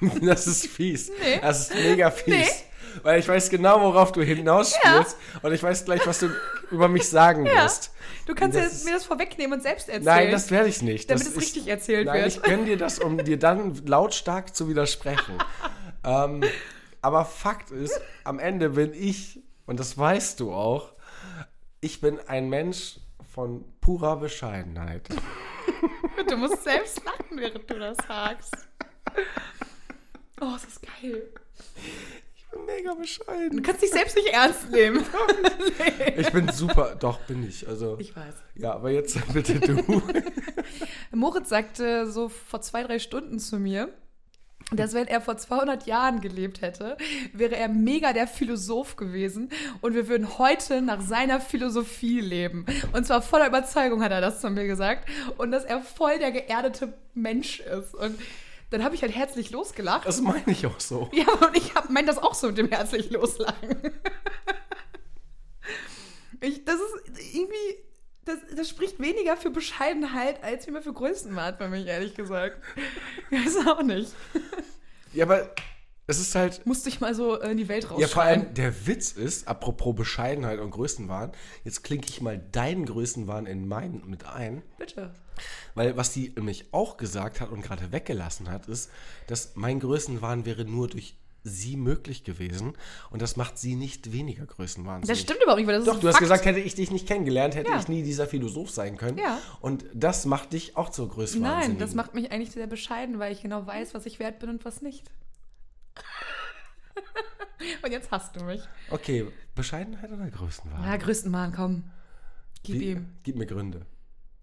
Speaker 4: Das ist fies.
Speaker 3: Nee.
Speaker 4: Das ist mega fies. Weil ich weiß genau, worauf du hinaus spielst. Und ich weiß gleich, was du über mich sagen wirst.
Speaker 3: Du kannst
Speaker 4: Das
Speaker 3: ja
Speaker 4: ist-
Speaker 3: jetzt mir das vorwegnehmen und selbst erzählen.
Speaker 4: Nein, das werde ich nicht.
Speaker 3: Damit
Speaker 4: das
Speaker 3: es richtig erzählt
Speaker 4: nein,
Speaker 3: wird.
Speaker 4: Ich gönne dir das, um dir dann lautstark zu widersprechen. ähm, aber Fakt ist, am Ende bin ich, und das weißt du auch, ich bin ein Mensch von purer Bescheidenheit.
Speaker 3: Du musst selbst lachen, während du das sagst. Oh, das ist geil.
Speaker 4: Ich bin mega
Speaker 3: Du
Speaker 4: bescheiden.
Speaker 3: kannst dich selbst nicht ernst nehmen.
Speaker 4: Ich bin super, doch bin ich. Also
Speaker 3: Ich weiß.
Speaker 4: ja, aber jetzt bitte du.
Speaker 3: Moritz sagte so vor zwei, drei Stunden zu mir, dass wenn er vor 200 Jahren gelebt hätte, wäre er mega der Philosoph gewesen und wir würden heute nach seiner Philosophie leben. Und zwar voller Überzeugung hat er das zu mir gesagt und dass er voll der geerdete Mensch ist. Und dann habe ich halt herzlich losgelacht.
Speaker 4: Das meine ich auch so.
Speaker 3: Ja, und ich meine das auch so mit dem herzlich loslachen. Ich, das ist irgendwie, das, das spricht weniger für Bescheidenheit, als wie man für Größenwahn bei mich, ehrlich gesagt. Ich weiß auch nicht.
Speaker 4: Ja, aber es ist halt.
Speaker 3: Musste ich mal so in die Welt rausschreien.
Speaker 4: Ja, vor allem der Witz ist, apropos Bescheidenheit und Größenwahn, jetzt klinke ich mal deinen Größenwahn in meinen mit ein.
Speaker 3: Bitte.
Speaker 4: Weil was die nämlich auch gesagt hat und gerade weggelassen hat, ist, dass mein Größenwahn wäre nur durch sie möglich gewesen und das macht sie nicht weniger Größenwahnsinnig.
Speaker 3: Das stimmt überhaupt nicht, weil das ist
Speaker 4: Doch,
Speaker 3: ein
Speaker 4: du hast
Speaker 3: Fakt.
Speaker 4: gesagt, hätte ich dich nicht kennengelernt, hätte
Speaker 3: Ja.
Speaker 4: ich nie dieser Philosoph sein können.
Speaker 3: Ja.
Speaker 4: Und das macht dich auch zur Größenwahnsinnigen.
Speaker 3: Nein, das macht mich eigentlich sehr bescheiden, weil ich genau weiß, was ich wert bin und was nicht. und jetzt hasst du mich.
Speaker 4: Okay, Bescheidenheit oder Größenwahn?
Speaker 3: Ja, Größenwahn, komm. Gib
Speaker 4: Wie-
Speaker 3: ihm.
Speaker 4: Gib mir Gründe.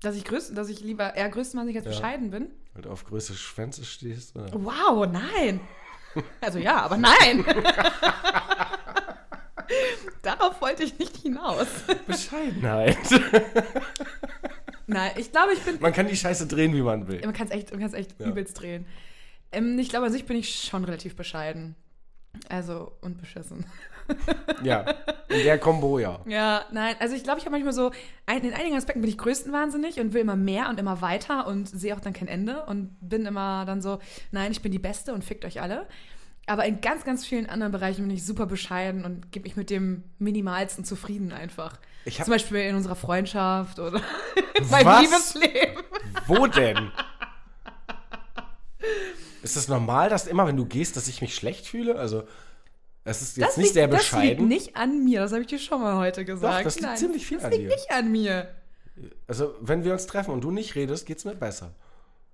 Speaker 3: Dass ich, größ, dass ich lieber eher Größenwahnsinnig als bescheiden bin.
Speaker 4: Weil du auf Größe Schwänze stehst. Oder?
Speaker 3: Wow, nein. Also ja, aber nein. Darauf wollte ich nicht hinaus.
Speaker 4: Bescheidenheit.
Speaker 3: Nein, ich glaube, ich bin.
Speaker 4: Man kann die Scheiße drehen, wie man will.
Speaker 3: Man kann es echt, man kann's echt
Speaker 4: Ja.
Speaker 3: übelst drehen. Ähm, ich glaube, an sich bin ich schon relativ bescheiden. Also, und beschissen.
Speaker 4: Ja. In der Kombo, ja.
Speaker 3: Ja, nein, also ich glaube, ich habe manchmal so, ein, in einigen Aspekten bin ich größtenwahnsinnig und will immer mehr und immer weiter und sehe auch dann kein Ende und bin immer dann so, nein, ich bin die Beste und fickt euch alle. Aber in ganz, ganz vielen anderen Bereichen bin ich super bescheiden und gebe mich mit dem Minimalsten zufrieden einfach.
Speaker 4: Ich hab-
Speaker 3: Zum Beispiel in unserer Freundschaft oder in meinem
Speaker 4: Was?
Speaker 3: Liebesleben.
Speaker 4: Wo denn? Ist das normal, dass immer, wenn du gehst, dass ich mich schlecht fühle? Also, das ist jetzt nicht
Speaker 3: liegt,
Speaker 4: sehr
Speaker 3: Das liegt
Speaker 4: bescheiden.
Speaker 3: nicht an mir, das habe ich dir schon mal heute gesagt.
Speaker 4: das liegt
Speaker 3: Nein,
Speaker 4: ziemlich viel
Speaker 3: das
Speaker 4: an
Speaker 3: liegt
Speaker 4: dir.
Speaker 3: nicht an mir.
Speaker 4: Also, wenn wir uns treffen und du nicht redest, geht's mir besser.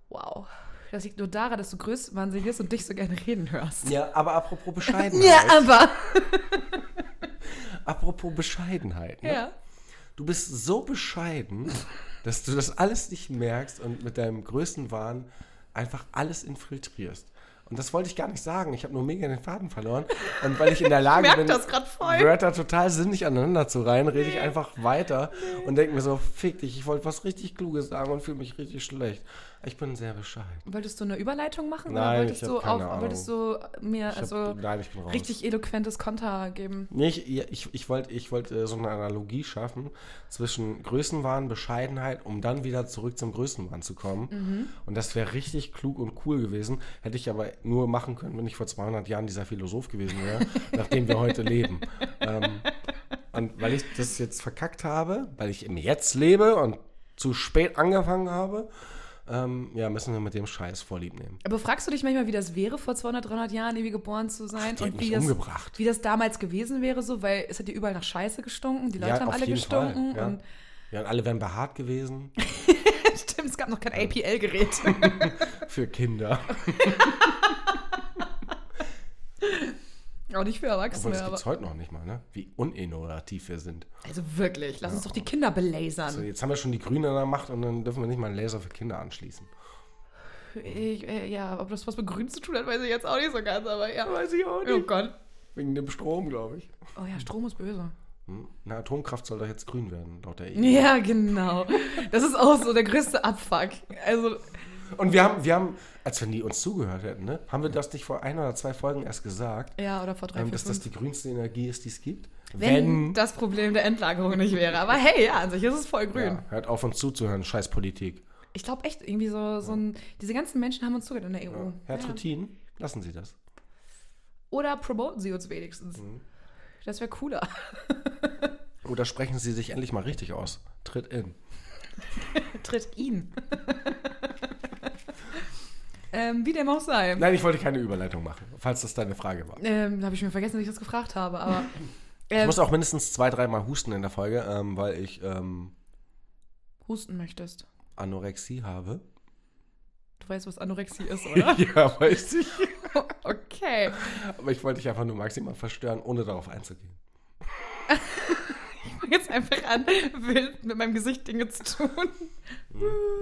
Speaker 3: Wow. Das liegt nur daran, dass du größtwahnsinnig bist und dich so gerne reden hörst.
Speaker 4: Ja, aber apropos Bescheidenheit.
Speaker 3: Ja, aber.
Speaker 4: Apropos Bescheidenheit. Ne?
Speaker 3: Ja.
Speaker 4: Du bist so bescheiden, dass du das alles nicht merkst und mit deinem größten Wahn einfach alles infiltrierst. Und das wollte ich gar nicht sagen. Ich habe nur mega den Faden verloren. Und weil ich in der Lage
Speaker 3: merk
Speaker 4: bin,
Speaker 3: das grad voll.
Speaker 4: Wörter total sinnig aneinander zu reihen, rede ich einfach weiter und denke mir so, fick dich, ich wollte was richtig Kluges sagen und fühle mich richtig schlecht. Ich bin sehr bescheiden.
Speaker 3: Wolltest du eine Überleitung machen oder
Speaker 4: Nein,
Speaker 3: wolltest
Speaker 4: ich hab
Speaker 3: du,
Speaker 4: keine Ahnung.
Speaker 3: wolltest du mir
Speaker 4: Ich hab-
Speaker 3: also
Speaker 4: nein, ich bin raus.
Speaker 3: richtig eloquentes Konter geben?
Speaker 4: Nee, ich, ja, ich, ich wollte ich wollt, äh, so eine Analogie schaffen zwischen Größenwahn, Bescheidenheit, um dann wieder zurück zum Größenwahn zu kommen.
Speaker 3: Mhm.
Speaker 4: Und das wäre richtig klug und cool gewesen. Hätte ich aber nur machen können, wenn ich vor 200 Jahren dieser Philosoph gewesen wäre, nachdem wir heute leben. Ähm, und weil ich das jetzt verkackt habe, weil ich im Jetzt lebe und zu spät angefangen habe, ähm, ja, müssen wir mit dem Scheiß vorlieb nehmen.
Speaker 3: Aber fragst du dich manchmal, wie das wäre, vor 200, 300 Jahren irgendwie geboren zu sein?
Speaker 4: die hat
Speaker 3: wie
Speaker 4: mich
Speaker 3: das,
Speaker 4: umgebracht.
Speaker 3: wie das damals gewesen wäre, so, weil es hat ja überall nach Scheiße gestunken, die Leute haben alle gestunken
Speaker 4: Fall.
Speaker 3: und
Speaker 4: Ja. ja, und alle wären behaart gewesen.
Speaker 3: stimmt, es gab noch kein APL-Gerät.
Speaker 4: Für Kinder.
Speaker 3: Auch nicht für
Speaker 4: Obwohl,
Speaker 3: Erwachsene,
Speaker 4: das
Speaker 3: aber.
Speaker 4: gibt's heute noch nicht mal, ne? Wie uninnovativ wir sind.
Speaker 3: Also wirklich, lass uns doch die Kinder belasern.
Speaker 4: So, jetzt haben wir schon die Grünen an der Macht und dann dürfen wir nicht mal einen Laser für Kinder anschließen.
Speaker 3: Ich, äh, ja, ob das was mit Grün zu tun hat, weiß ich jetzt auch nicht so ganz, aber ja.
Speaker 4: Weiß ich auch
Speaker 3: Oh Gott.
Speaker 4: Wegen dem Strom, glaube ich.
Speaker 3: Oh ja, Strom ist böse.
Speaker 4: Hm? Na, Atomkraft soll doch jetzt grün werden, laut der E EU.
Speaker 3: Ja, genau. Das ist auch so der größte Abfuck. Also,
Speaker 4: Und wir haben, wir haben, als wenn die uns zugehört hätten, ne? haben wir das nicht vor ein oder zwei Folgen erst gesagt,
Speaker 3: Ja, oder vor drei,
Speaker 4: ähm,
Speaker 3: vier,
Speaker 4: dass das
Speaker 3: fünf.
Speaker 4: die grünste Energie ist, die es gibt?
Speaker 3: Wenn das Problem der Endlagerung nicht wäre. Aber hey, ja, an sich ist es voll grün.
Speaker 4: ja, hört auf uns zuzuhören, scheiß Politik.
Speaker 3: Ich glaube echt, irgendwie so, so ein. Diese ganzen Menschen haben uns zugehört in der EU.
Speaker 4: Ja. Herr
Speaker 3: Ja.
Speaker 4: Trittin, lassen Sie das.
Speaker 3: Oder promoten sie uns wenigstens.
Speaker 4: Mhm.
Speaker 3: Das wäre cooler.
Speaker 4: Oder sprechen Sie sich endlich mal richtig aus. Tritt in.
Speaker 3: Tritt ihn. ähm, wie dem auch sei.
Speaker 4: Nein, ich wollte keine Überleitung machen, falls das deine Frage war.
Speaker 3: Ähm, Habe ich mir vergessen, dass ich das gefragt habe. Aber
Speaker 4: Ich
Speaker 3: ähm,
Speaker 4: muss auch mindestens zwei, dreimal husten in der Folge, ähm, weil ich ähm,
Speaker 3: husten möchtest.
Speaker 4: Anorexie habe.
Speaker 3: Du weißt, was Anorexie ist, oder?
Speaker 4: ja, weiß ich.
Speaker 3: okay.
Speaker 4: Aber ich wollte dich einfach nur maximal verstören, ohne darauf einzugehen.
Speaker 3: Ich fange jetzt einfach an, wild mit meinem Gesicht Dinge zu tun.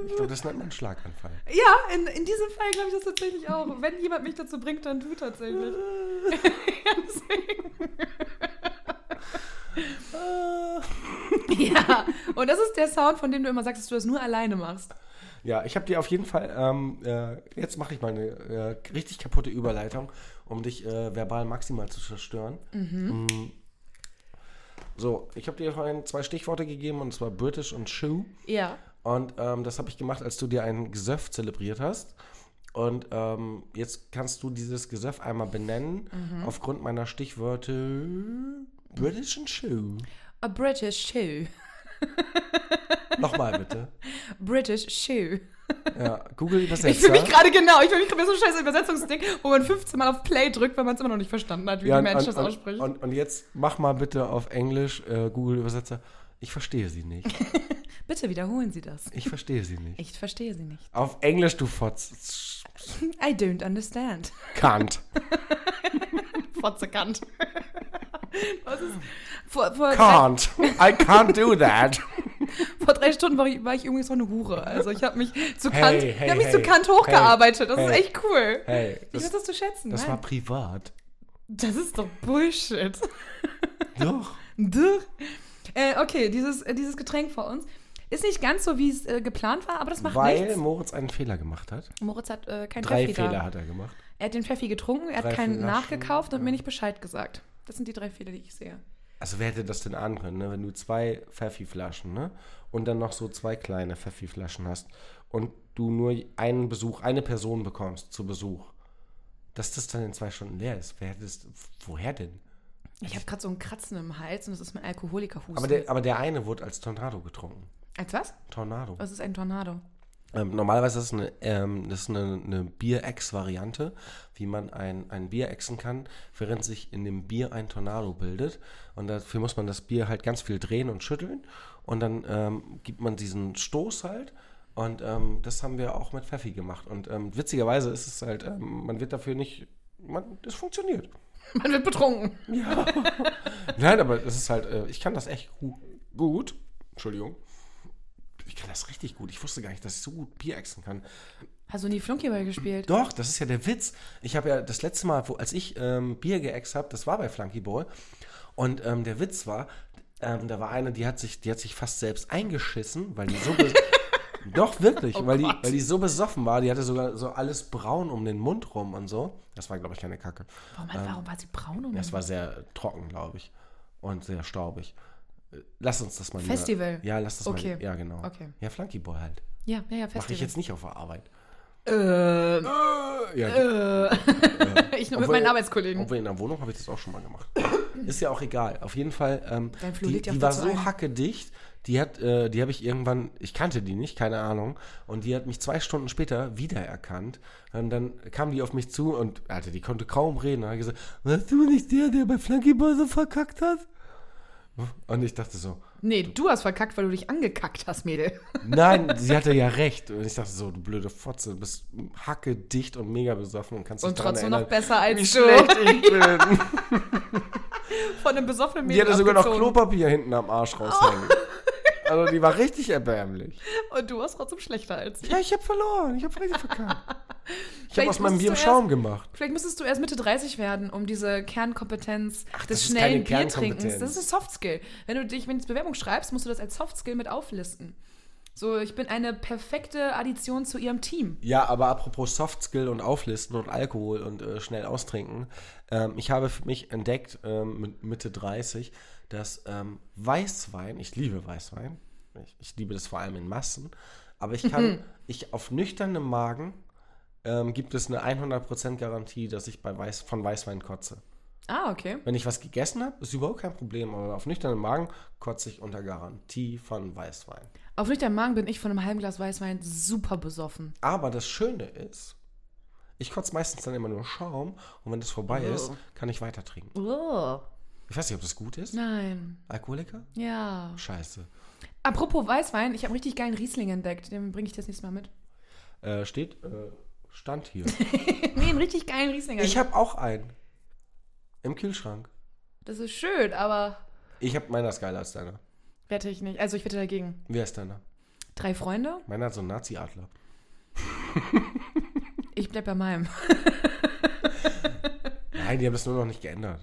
Speaker 4: Ich glaube, das nennt man Schlaganfall.
Speaker 3: Ja, in, in diesem Fall glaube ich das tatsächlich auch. Wenn jemand mich dazu bringt, dann du tatsächlich. ja, deswegen. ja, und das ist der Sound, von dem du immer sagst, dass du das nur alleine machst.
Speaker 4: Ja, ich habe dir auf jeden Fall, ähm, äh, jetzt mache ich mal eine äh, richtig kaputte Überleitung, um dich äh, verbal maximal zu zerstören. Mm. So, ich habe dir vorhin zwei Stichworte gegeben, und zwar British und Shoe.
Speaker 3: Ja.
Speaker 4: Und ähm, das habe ich gemacht, als du dir ein Gesöff zelebriert hast. Und ähm, jetzt kannst du dieses Gesöff einmal benennen,
Speaker 3: Mhm.
Speaker 4: aufgrund meiner Stichworte British and Shoe.
Speaker 3: A British shoe.
Speaker 4: Nochmal bitte.
Speaker 3: British shoe.
Speaker 4: Ja, Google
Speaker 3: Ich fühle mich
Speaker 4: Übersetzer.
Speaker 3: gerade genau, ich fühle mich gerade so ein scheiß Übersetzungsding, wo man 15 Mal auf Play drückt, weil man es immer noch nicht verstanden hat, wie
Speaker 4: Ja,
Speaker 3: die Menschen das
Speaker 4: und,
Speaker 3: aussprechen.
Speaker 4: und, und jetzt mach mal bitte auf Englisch äh, Google Übersetzer. Ich verstehe sie nicht.
Speaker 3: Bitte wiederholen Sie das.
Speaker 4: Ich verstehe sie nicht.
Speaker 3: Ich verstehe Sie nicht.
Speaker 4: Auf Englisch, du Fotz.
Speaker 3: I don't understand.
Speaker 4: Kant.
Speaker 3: Fotzekant. Was ist? Vor, vor, drei,
Speaker 4: Can't. I can't do that.
Speaker 3: vor drei Stunden war ich, war ich übrigens noch eine Hure. Also ich habe mich zu
Speaker 4: Hey,
Speaker 3: Kant,
Speaker 4: hey,
Speaker 3: ich hab mich
Speaker 4: hey.
Speaker 3: zu Kant hochgearbeitet. Das ist
Speaker 4: Hey.
Speaker 3: echt cool.
Speaker 4: Hey,
Speaker 3: ich
Speaker 4: das,
Speaker 3: würde das zu schätzen.
Speaker 4: das
Speaker 3: Nein.
Speaker 4: war privat.
Speaker 3: das ist doch Bullshit.
Speaker 4: Doch.
Speaker 3: Duh. Äh, okay, dieses, äh, dieses Getränk vor uns ist nicht ganz so, wie es äh, geplant war, aber das macht
Speaker 4: Weil
Speaker 3: nichts.
Speaker 4: Moritz einen Fehler gemacht hat.
Speaker 3: Moritz hat äh, keinen
Speaker 4: Drei
Speaker 3: Pfeffi
Speaker 4: Fehler
Speaker 3: da.
Speaker 4: hat er gemacht.
Speaker 3: Er hat den Pfeffi getrunken, er
Speaker 4: Drei
Speaker 3: hat keinen
Speaker 4: Flaschen,
Speaker 3: nachgekauft und
Speaker 4: ja.
Speaker 3: mir nicht Bescheid gesagt. Das sind die drei Fehler, die ich sehe.
Speaker 4: Also wer hätte das denn ahnen können, ne? wenn du zwei Pfeffi-Flaschen ne? und dann noch so zwei kleine Pfeffi-Flaschen hast und du nur einen Besuch, eine Person bekommst zu Besuch, dass das dann in zwei Stunden leer ist. Wer hätte das, woher denn?
Speaker 3: Ich habe gerade so ein Kratzen im Hals und das ist mein Alkoholikerhusten.
Speaker 4: Aber der, aber der eine wurde als Tornado getrunken.
Speaker 3: Als was?
Speaker 4: Tornado.
Speaker 3: Was ist ein Tornado?
Speaker 4: Ähm, normalerweise ist das eine, ähm, das ist eine, eine Bier-Ex-Variante, wie man ein, ein Bier exen kann, während sich in dem Bier ein Tornado bildet. Und dafür muss man das Bier halt ganz viel drehen und schütteln. Und dann ähm, gibt man diesen Stoß halt. Und ähm, das haben wir auch mit Pfeffi gemacht. Und ähm, witzigerweise ist es halt, ähm, man wird dafür nicht, man, das funktioniert.
Speaker 3: Man wird betrunken.
Speaker 4: Nein, aber das ist halt, äh, ich kann das echt gu gut. Entschuldigung. Ich kann das richtig gut. Ich wusste gar nicht, dass ich so gut Bier exen kann.
Speaker 3: Hast du nie Flunkyball gespielt?
Speaker 4: Doch, das ist ja der Witz. Ich habe ja das letzte Mal, wo, als ich ähm, Bier geäxt habe, das war bei Flunky Ball. Und ähm, der Witz war, ähm, da war eine, die hat sich, die hat sich fast selbst eingeschissen, weil die so. be- Doch, wirklich,
Speaker 3: Oh
Speaker 4: weil, die, weil die so besoffen war. Die hatte sogar so alles braun um den Mund rum und so. Das war, glaube ich, keine Kacke.
Speaker 3: Warum, hat- warum war sie braun und
Speaker 4: Das war sehr äh, trocken, glaube ich. Und sehr staubig. Äh, Lass uns das mal lieber-
Speaker 3: Festival.
Speaker 4: Ja, lass das
Speaker 3: Okay.
Speaker 4: mal. Ja, genau.
Speaker 3: Okay.
Speaker 4: Ja, Flunky Ball halt.
Speaker 3: Ja, ja, ja,
Speaker 4: Mache
Speaker 3: Festival.
Speaker 4: ich jetzt nicht auf der Arbeit.
Speaker 3: Ähm,
Speaker 4: Ja,
Speaker 3: äh, ich nur mit
Speaker 4: Obwohl-
Speaker 3: meinen Arbeitskollegen.
Speaker 4: Obwohl in der Wohnung habe ich das auch schon mal gemacht. Ist ja auch egal. Auf jeden Fall, ähm,
Speaker 3: Dein Flo
Speaker 4: die,
Speaker 3: lädt ja
Speaker 4: die
Speaker 3: auch
Speaker 4: war
Speaker 3: dazu
Speaker 4: so
Speaker 3: ein.
Speaker 4: hackedicht, die hat, äh, die habe ich irgendwann, ich kannte die nicht, keine Ahnung, und die hat mich zwei Stunden später wiedererkannt. Und dann kam die auf mich zu und, Alter, die konnte kaum reden. Und hat gesagt, warst du nicht der, der bei Flunky Ball so verkackt hat? Und ich dachte so,
Speaker 3: Nee, du hast verkackt, weil du dich angekackt hast, Mädel.
Speaker 4: nein, sie hatte ja recht. Und ich dachte so, du blöde Fotze, du bist hackedicht und mega besoffen und kannst dich
Speaker 3: Und
Speaker 4: daran
Speaker 3: trotzdem
Speaker 4: erinnern,
Speaker 3: noch besser als
Speaker 4: wie
Speaker 3: du.
Speaker 4: schlecht ich bin.
Speaker 3: Von einem besoffenen
Speaker 4: Die
Speaker 3: Mädel
Speaker 4: hatte sogar noch
Speaker 3: abgezogen. Oh.
Speaker 4: Klopapier hinten am Arsch raushängen. Also die war richtig erbärmlich.
Speaker 3: Und du warst trotzdem schlechter als ich.
Speaker 4: Ja, ich habe verloren. Ich habe richtig verkackt. Ich habe
Speaker 3: Vielleicht
Speaker 4: aus meinem
Speaker 3: musst
Speaker 4: Bier
Speaker 3: du
Speaker 4: Schaum gemacht.
Speaker 3: Vielleicht müsstest du erst Mitte 30 werden, um diese Kernkompetenz des
Speaker 4: das ist
Speaker 3: schnellen
Speaker 4: keine
Speaker 3: Biertrinkens.
Speaker 4: Kernkompetenz.
Speaker 3: Das ist ein Softskill. Wenn du dich, wenn du ins Bewerbung schreibst, musst du das als Softskill mit auflisten. So, ich bin eine perfekte Addition zu ihrem Team.
Speaker 4: Ja, aber apropos Softskill und Auflisten und Alkohol und äh, schnell austrinken. Ähm, ich habe für mich entdeckt, ähm, mit Mitte 30, dass ähm, Weißwein, ich liebe Weißwein, ich, ich liebe das vor allem in Massen, aber ich kann,
Speaker 3: Mhm.
Speaker 4: ich auf nüchternem Magen ähm, gibt es eine 100% Garantie, dass ich bei Weiß, von Weißwein kotze.
Speaker 3: Ah, okay.
Speaker 4: Wenn ich was gegessen habe, ist überhaupt kein Problem, aber auf nüchternem Magen kotze ich unter Garantie von Weißwein.
Speaker 3: Auf nüchtern Magen bin ich von einem halben Glas Weißwein super besoffen.
Speaker 4: Aber das Schöne ist, ich kotze meistens dann immer nur Schaum und wenn das vorbei
Speaker 3: Oh.
Speaker 4: ist, kann ich weiter trinken.
Speaker 3: Oh.
Speaker 4: Ich weiß nicht, ob das gut ist.
Speaker 3: Nein.
Speaker 4: Alkoholiker?
Speaker 3: Ja.
Speaker 4: Scheiße.
Speaker 3: Apropos Weißwein, ich habe richtig geilen Riesling entdeckt. Den bringe ich das nächste Mal mit.
Speaker 4: Äh, steht, äh, stand hier.
Speaker 3: nee, einen richtig geilen Riesling.
Speaker 4: ich habe auch einen. Im Kühlschrank.
Speaker 3: das ist schön, aber
Speaker 4: Ich habe meiner ist geiler als deiner.
Speaker 3: wette ich nicht. Also ich wette dagegen.
Speaker 4: Wer ist deiner?
Speaker 3: Drei Freunde?
Speaker 4: Meiner hat so einen Nazi-Adler.
Speaker 3: Ich bleib bei meinem.
Speaker 4: Nein, die haben das nur noch nicht geändert.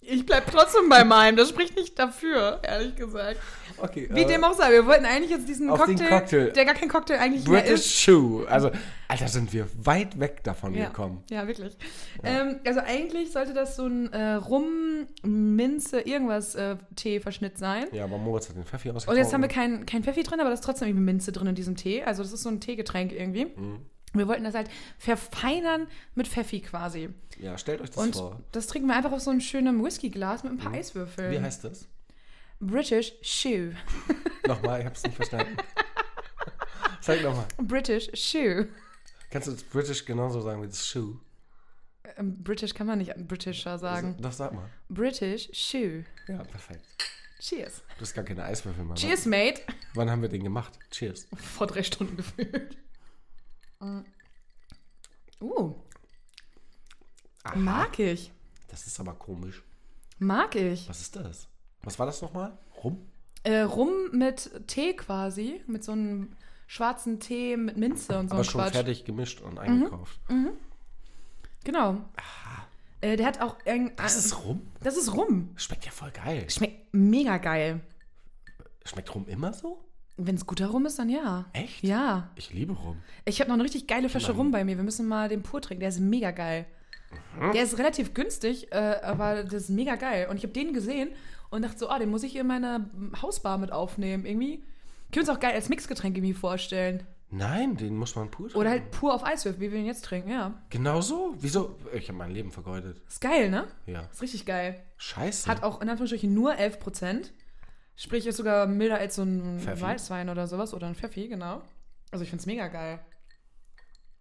Speaker 3: Ich bleib trotzdem bei meinem. Das spricht nicht dafür, ehrlich gesagt.
Speaker 4: Okay.
Speaker 3: Wie dem auch sei, wir wollten eigentlich jetzt diesen
Speaker 4: Äh, auf den
Speaker 3: Cocktail,
Speaker 4: Cocktail.
Speaker 3: der gar kein Cocktail eigentlich mehr ist.
Speaker 4: British Shoe. Also, Alter, sind wir weit weg davon
Speaker 3: Ja.
Speaker 4: gekommen.
Speaker 3: Ja, wirklich. Ähm, also eigentlich sollte das so ein äh, Rum, Minze, irgendwas äh, Tee-Verschnitt sein.
Speaker 4: Ja, aber Moritz hat den Pfeffi ausgetrunken.
Speaker 3: Und jetzt haben wir kein, kein Pfeffi drin, aber da ist trotzdem irgendwie Minze drin in diesem Tee. Also das ist so ein Teegetränk irgendwie.
Speaker 4: Mhm.
Speaker 3: Wir wollten das halt verfeinern mit Pfeffi quasi.
Speaker 4: Ja, stellt euch das
Speaker 3: Und
Speaker 4: vor.
Speaker 3: das trinken wir einfach auf so einem schönen Whiskyglas mit ein paar Eiswürfeln.
Speaker 4: Wie heißt das?
Speaker 3: British Shoe.
Speaker 4: Nochmal, ich hab's nicht verstanden. Sag nochmal.
Speaker 3: British Shoe.
Speaker 4: Kannst du das British genauso sagen wie das Shoe?
Speaker 3: Ähm, British kann man nicht Britischer
Speaker 4: Also
Speaker 3: sagen.
Speaker 4: Das sag mal.
Speaker 3: British Shoe.
Speaker 4: Ja, perfekt.
Speaker 3: Cheers.
Speaker 4: Du hast gar keine Eiswürfel mehr. ne?
Speaker 3: Cheers, mate.
Speaker 4: Wann haben wir den gemacht? Cheers.
Speaker 3: Vor drei Stunden gefühlt. Äh, Uh. Mag ich.
Speaker 4: Das ist aber komisch.
Speaker 3: Mag ich.
Speaker 4: Was ist das? Was war das nochmal? Rum?
Speaker 3: Äh, rum mit Tee quasi. Mit so einem schwarzen Tee mit Minze und so
Speaker 4: aber
Speaker 3: einem
Speaker 4: schon
Speaker 3: Quatsch. Mhm. Ah,
Speaker 4: fertig gemischt und eingekauft.
Speaker 3: Genau. Äh, der hat auch irgendein.
Speaker 4: Ah. Das ist Rum?
Speaker 3: das ist rum.
Speaker 4: Schmeckt ja voll geil.
Speaker 3: Schmeckt mega geil.
Speaker 4: Schmeckt Rum immer so?
Speaker 3: Wenn es guter Rum ist, dann ja.
Speaker 4: Echt?
Speaker 3: Ja.
Speaker 4: Ich liebe Rum.
Speaker 3: Ich habe noch eine richtig geile Flasche
Speaker 4: Mann.
Speaker 3: Rum bei mir. Wir müssen mal den pur trinken. Der ist mega geil. Der ist relativ günstig, äh, aber das ist mega geil. Und ich habe den gesehen und dachte so, ah, den muss ich in meiner Hausbar mit aufnehmen. Irgendwie. Können wir uns auch geil als Mixgetränk irgendwie vorstellen.
Speaker 4: Nein, den muss man pur
Speaker 3: Oder
Speaker 4: trinken.
Speaker 3: halt pur auf Eiswürfel, wie wir ihn jetzt trinken, ja.
Speaker 4: Genau so? Wieso? Ich habe mein Leben vergeudet.
Speaker 3: Ist geil, ne?
Speaker 4: Ja.
Speaker 3: Ist richtig geil.
Speaker 4: Scheiße.
Speaker 3: Hat auch in Anführungsstrichen nur 11%. Sprich, ist sogar milder als so ein
Speaker 4: Pfeffi.
Speaker 3: Weißwein oder sowas oder ein Pfeffi, genau. Also ich find's mega geil.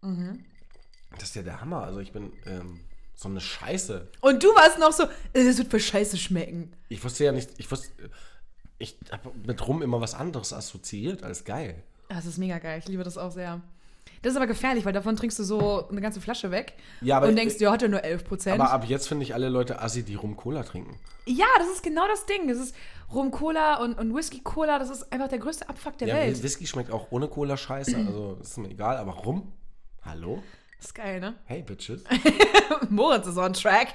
Speaker 4: das ist ja der Hammer. Also ich bin ähm, so eine Scheiße.
Speaker 3: Und du warst noch so, äh, das wird für scheiße schmecken.
Speaker 4: Ich wusste ja nicht, ich wusste, ich habe mit Rum immer was anderes assoziiert als geil.
Speaker 3: Ah, Das ist mega geil. Ich liebe das auch sehr. Das ist aber gefährlich, weil davon trinkst du so eine ganze Flasche weg
Speaker 4: Ja, aber-
Speaker 3: und denkst, ja, hat ja nur 11 Prozent.
Speaker 4: Aber ab jetzt finde ich alle Leute assi, die Rum Cola trinken.
Speaker 3: Ja, das ist genau das Ding. Das ist Rum-Cola und, und Whisky-Cola. Das ist einfach der größte Abfuck der
Speaker 4: Ja,
Speaker 3: Welt.
Speaker 4: Whisky schmeckt auch ohne Cola scheiße, also ist mir egal, aber Rum? Hallo?
Speaker 3: Das ist geil, ne?
Speaker 4: Hey, Bitches.
Speaker 3: Moritz ist on track.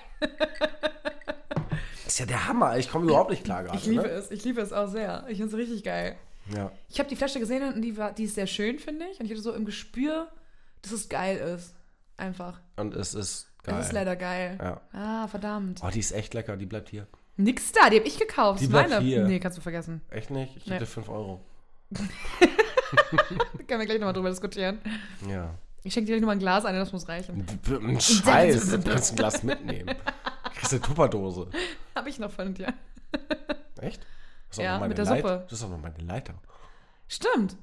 Speaker 4: ist ja der Hammer, ich komme überhaupt nicht klar gerade.
Speaker 3: Ich liebe
Speaker 4: ne?
Speaker 3: es. Ich liebe es auch sehr. Ich find's richtig geil.
Speaker 4: Ja.
Speaker 3: Ich habe die Flasche gesehen und die, war, die ist sehr schön, finde ich. Und ich hatte so im Gespür, dass es geil ist. Einfach.
Speaker 4: Und es ist geil.
Speaker 3: Das ist leider geil.
Speaker 4: Ja.
Speaker 3: Ah, verdammt.
Speaker 4: Oh, die ist echt lecker, die bleibt hier.
Speaker 3: Nix da, die habe ich gekauft.
Speaker 4: Die
Speaker 3: ist
Speaker 4: bleibt
Speaker 3: meine.
Speaker 4: hier.
Speaker 3: Nee, kannst du vergessen.
Speaker 4: Echt nicht? Ich
Speaker 3: Nee.
Speaker 4: hätte 5 Euro.
Speaker 3: Da können wir gleich nochmal drüber diskutieren.
Speaker 4: Ja.
Speaker 3: Ich schenke dir gleich nochmal ein Glas ein, das muss reichen.
Speaker 4: Scheiß, du kannst ein Glas mitnehmen. Kriegst eine Tupperdose.
Speaker 3: Habe ich noch von dir.
Speaker 4: Echt? Das ist auch
Speaker 3: Ja,
Speaker 4: noch meine
Speaker 3: mit der
Speaker 4: Leiter.
Speaker 3: Suppe.
Speaker 4: Das ist auch noch meine Leiter.
Speaker 3: Stimmt.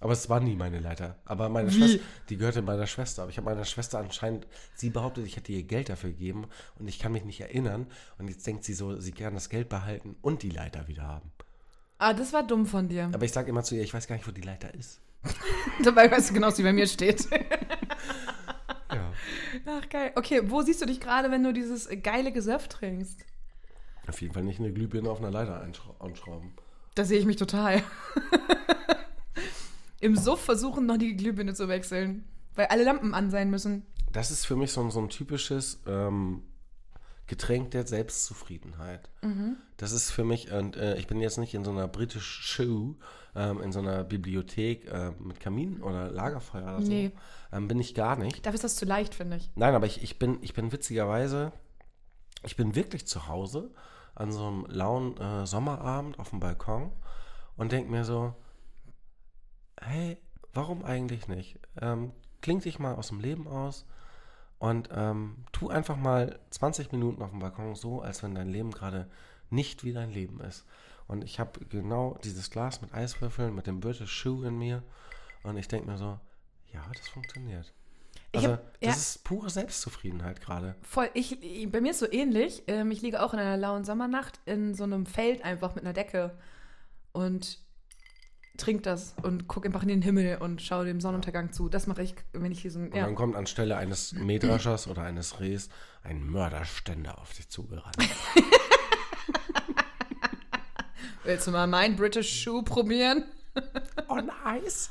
Speaker 4: Aber es war nie meine Leiter. Aber meine
Speaker 3: Wie?
Speaker 4: Schwester, die gehörte meiner Schwester. Aber ich habe meiner Schwester anscheinend, sie behauptet, ich hätte ihr Geld dafür gegeben und ich kann mich nicht erinnern. Und jetzt denkt sie so, sie kann das Geld behalten und die Leiter wieder haben.
Speaker 3: Ah, das war dumm von dir.
Speaker 4: Aber ich sage immer zu ihr, ich weiß gar nicht, wo die Leiter ist.
Speaker 3: Dabei weißt du genau, wie bei mir steht.
Speaker 4: Ja.
Speaker 3: Ach, geil. Okay, wo siehst du dich gerade, wenn du dieses geile Gesöff trinkst?
Speaker 4: Auf jeden Fall nicht eine Glühbirne auf einer Leiter einschra- anschrauben.
Speaker 3: Da sehe ich mich total. Im Suff versuchen, noch die Glühbirne zu wechseln. Weil alle Lampen an sein müssen.
Speaker 4: Das ist für mich so ein, so ein typisches ähm, Getränk der Selbstzufriedenheit. Das ist für mich, und äh, ich bin jetzt nicht in so einer britischen Show, ähm, in so einer Bibliothek äh, mit Kamin oder Lagerfeuer oder so.
Speaker 3: Nee.
Speaker 4: Ähm, bin ich gar nicht.
Speaker 3: Dafür ist das zu leicht, finde ich.
Speaker 4: Nein, aber ich, ich, bin, ich bin witzigerweise, ich bin wirklich zu Hause an so einem lauen äh, Sommerabend auf dem Balkon und denke mir so, hey, warum eigentlich nicht? Ähm, kling dich mal aus dem Leben aus und ähm, tu einfach mal 20 Minuten auf dem Balkon so, als wenn dein Leben gerade nicht wie dein Leben ist. Und ich habe genau dieses Glas mit Eiswürfeln, mit dem British Shoe in mir und ich denke mir so, ja, das funktioniert.
Speaker 3: Ich
Speaker 4: Also,
Speaker 3: hab-
Speaker 4: das
Speaker 3: ja.
Speaker 4: ist pure Selbstzufriedenheit gerade.
Speaker 3: Voll, ich, ich, bei mir ist so ähnlich. Ähm, ich liege auch in einer lauen Sommernacht in so einem Feld einfach mit einer Decke und trink das und gucke einfach in den Himmel und schaue dem Sonnenuntergang zu. Das mache ich, wenn ich hier so ein.
Speaker 4: Und
Speaker 3: Ja.
Speaker 4: dann kommt anstelle eines Mähdreschers oder eines Rehs ein Mörderständer auf dich zugerannt.
Speaker 3: Willst du mal meinen British Shoe probieren? Oh,
Speaker 4: On Eis?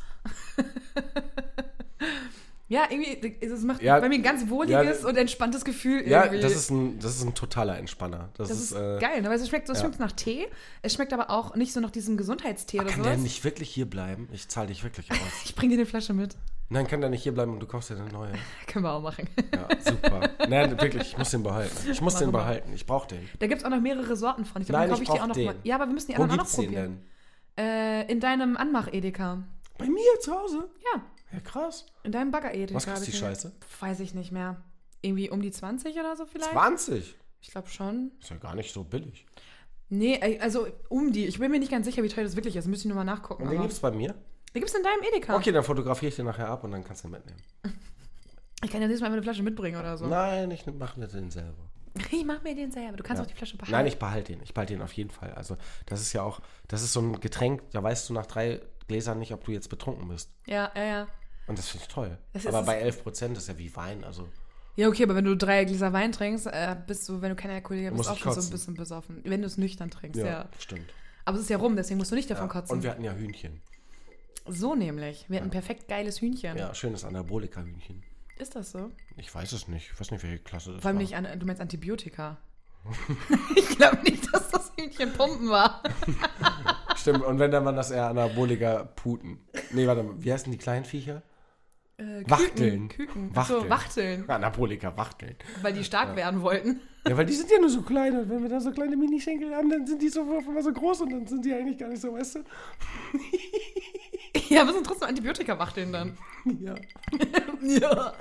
Speaker 3: Ja, irgendwie, es es macht
Speaker 4: Ja.
Speaker 3: bei mir ein ganz wohliges
Speaker 4: Ja.
Speaker 3: und entspanntes Gefühl.
Speaker 4: Ja,
Speaker 3: irgendwie.
Speaker 4: das ist, ein, das ist ein totaler Entspanner. Das,
Speaker 3: Das
Speaker 4: ist,
Speaker 3: ist
Speaker 4: äh,
Speaker 3: geil, aber es schmeckt, es
Speaker 4: ja.
Speaker 3: schmeckt nach Tee. Es schmeckt aber auch nicht so nach diesem Gesundheitstee oder
Speaker 4: Kann der
Speaker 3: sowas.
Speaker 4: nicht wirklich hier bleiben? Ich zahle dich wirklich aus.
Speaker 3: Ich bring dir eine Flasche mit.
Speaker 4: Nein, kann der nicht hier bleiben und du kaufst dir eine neue.
Speaker 3: Können wir auch machen.
Speaker 4: Ja, super. Nein, wirklich, ich muss den behalten. Ich muss
Speaker 3: Mach
Speaker 4: den
Speaker 3: mal.
Speaker 4: behalten. Ich brauche den.
Speaker 3: Da gibt es auch noch mehrere Sorten von. Ich glaube,
Speaker 4: Nein,
Speaker 3: dann kaufe
Speaker 4: ich
Speaker 3: ich, die
Speaker 4: brauch
Speaker 3: auch noch
Speaker 4: den.
Speaker 3: mal. Ja, aber wir müssen die
Speaker 4: Wo
Speaker 3: anderen auch noch
Speaker 4: gibt's den
Speaker 3: probieren.
Speaker 4: denn?
Speaker 3: Äh, in deinem Anmach-Edeka.
Speaker 4: Bei mir zu Hause?
Speaker 3: Ja,
Speaker 4: Ja, krass.
Speaker 3: in deinem Bagger-Edeka.
Speaker 4: Was kostet
Speaker 3: hab ich
Speaker 4: die
Speaker 3: mir-
Speaker 4: Scheiße?
Speaker 3: Weiß ich nicht mehr. Irgendwie um die 20 oder so vielleicht?
Speaker 4: 20.
Speaker 3: Ich glaube schon.
Speaker 4: Ist ja gar nicht so billig.
Speaker 3: Nee, äh, also um die. Ich bin mir nicht ganz sicher, wie teuer das wirklich ist. Müsste ich nochmal nachgucken.
Speaker 4: Und den
Speaker 3: aber-
Speaker 4: gibt's bei mir?
Speaker 3: Den gibt's in deinem Edeka.
Speaker 4: Okay, dann fotografiere ich den nachher ab und dann kannst du ihn mitnehmen.
Speaker 3: Ich kann ja nächstes Mal einfach eine Flasche mitbringen oder so.
Speaker 4: Nein, ich mache mir den selber.
Speaker 3: Ich mach mir den selber. Du kannst
Speaker 4: Ja.
Speaker 3: auch die Flasche behalten.
Speaker 4: Nein, ich behalte den. Ich behalte den auf jeden Fall. Also, das ist ja auch, das ist so ein Getränk, da weißt du nach drei Gläsern nicht, ob du jetzt betrunken bist.
Speaker 3: Ja, ja, ja.
Speaker 4: Und das finde ich toll.
Speaker 3: Das ist-
Speaker 4: Aber bei 11 Prozent ist ja wie Wein. Also,
Speaker 3: Ja, okay, aber wenn du drei Gläser Wein trinkst, äh, bist du, wenn du kein Alkoholiker bist,
Speaker 4: Muss
Speaker 3: auch
Speaker 4: ich
Speaker 3: schon so ein
Speaker 4: kotzen.
Speaker 3: bisschen besoffen. Wenn du es nüchtern trinkst, ja.
Speaker 4: stimmt.
Speaker 3: Aber es ist ja rum, deswegen musst du nicht
Speaker 4: Ja.
Speaker 3: davon
Speaker 4: Und
Speaker 3: kotzen.
Speaker 4: wir hatten ja Hühnchen.
Speaker 3: So nämlich. Wir hatten perfekt geiles Hühnchen.
Speaker 4: Ja, schönes Anabolika-Hühnchen.
Speaker 3: Ist das so?
Speaker 4: Ich weiß es nicht. Ich weiß nicht, welche Klasse das
Speaker 3: Vor allem
Speaker 4: war.
Speaker 3: nicht, an, du meinst Antibiotika. ich glaube nicht, dass das Hühnchen Pumpen war.
Speaker 4: Stimmt, und wenn, dann waren das eher Anabolika-Puten. Nee, warte mal, wie heißen die kleinen Viecher?
Speaker 3: Äh, Küken,
Speaker 4: Wachteln.
Speaker 3: Küken. Wachteln. So,
Speaker 4: Wachteln.
Speaker 3: Wachteln,
Speaker 4: Anabolika-Wachteln.
Speaker 3: weil die stark werden wollten.
Speaker 4: Ja, weil die sind ja nur so klein und wenn wir da so kleine Minischenkel haben, dann sind die so, auf einmal so groß und dann sind die eigentlich gar nicht so, weißt du?
Speaker 3: Ja, wir sind trotzdem Antibiotika-Wachteln dann.
Speaker 4: Ja.
Speaker 3: ja.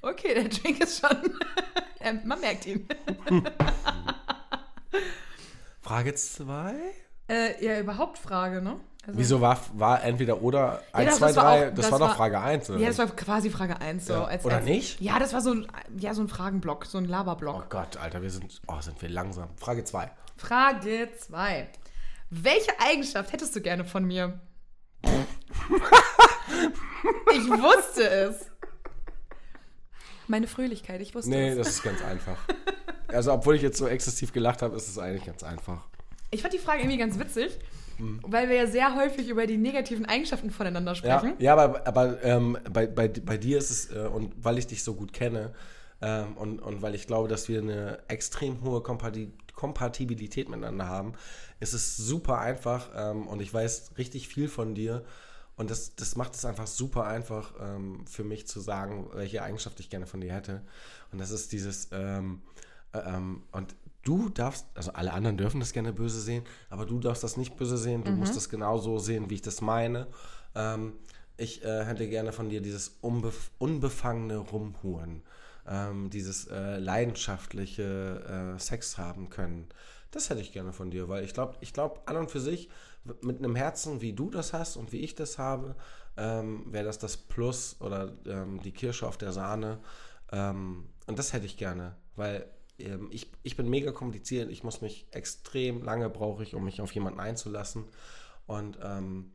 Speaker 3: Okay, der Drink ist schon. ähm, man merkt ihn.
Speaker 4: Frage 2.
Speaker 3: Äh, ja, überhaupt Frage, ne? Also-
Speaker 4: Wieso war, war entweder oder 1,
Speaker 3: das-
Speaker 4: 2,
Speaker 3: das war
Speaker 4: 3,
Speaker 3: auch-
Speaker 4: das
Speaker 3: das
Speaker 4: war doch
Speaker 3: war-
Speaker 4: Frage 1, oder?
Speaker 3: Ja, das
Speaker 4: nicht?
Speaker 3: war quasi Frage 1. So,
Speaker 4: Ja.
Speaker 3: als,
Speaker 4: Oder
Speaker 3: als,
Speaker 4: nicht?
Speaker 3: Ja, das war so ein, ja, so ein Fragenblock, so ein
Speaker 4: Oh
Speaker 3: Laberblock.
Speaker 4: Gott, Alter, wir sind, oh, sind wir langsam. Frage 2.
Speaker 3: Frage 2. Welche Eigenschaft hättest du gerne von mir? ich wusste es. Meine Fröhlichkeit, ich wusste
Speaker 4: Nee,
Speaker 3: es.
Speaker 4: das ist ganz einfach. Also, obwohl ich jetzt so exzessiv gelacht habe, ist es eigentlich ganz einfach.
Speaker 3: Ich fand die Frage irgendwie ganz witzig, weil wir ja sehr häufig über die negativen Eigenschaften voneinander
Speaker 4: Hm. Ja,
Speaker 3: sprechen.
Speaker 4: ja aber, aber ähm, bei, bei, bei dir ist es, äh, und weil ich dich so gut kenne ähm, und, und weil ich glaube, dass wir eine extrem hohe Kompati Kompatibilität miteinander haben, ist es super einfach ähm, und ich weiß richtig viel von dir. Und das, das macht es einfach super einfach ähm, für mich zu sagen, welche Eigenschaft ich gerne von dir hätte. Und das ist dieses, ähm, äh, ähm, und du darfst, also alle anderen dürfen das gerne böse sehen, aber du darfst das nicht böse sehen, du musst das genau so sehen, wie ich das meine. Ähm, ich äh, hätte gerne von dir dieses unbef unbefangene Rumhuren, ähm, dieses äh, leidenschaftliche äh, Sex haben können. Das hätte ich gerne von dir, weil ich glaube, ich glaube, an und für sich, w- mit einem Herzen, wie du das hast und wie ich das habe, ähm, wäre das das Plus oder ähm, die Kirsche auf der Sahne. Ähm, und das hätte ich gerne, weil ähm, ich, ich bin mega kompliziert. Ich muss mich extrem lange brauche ich, um mich auf jemanden einzulassen. Und ähm,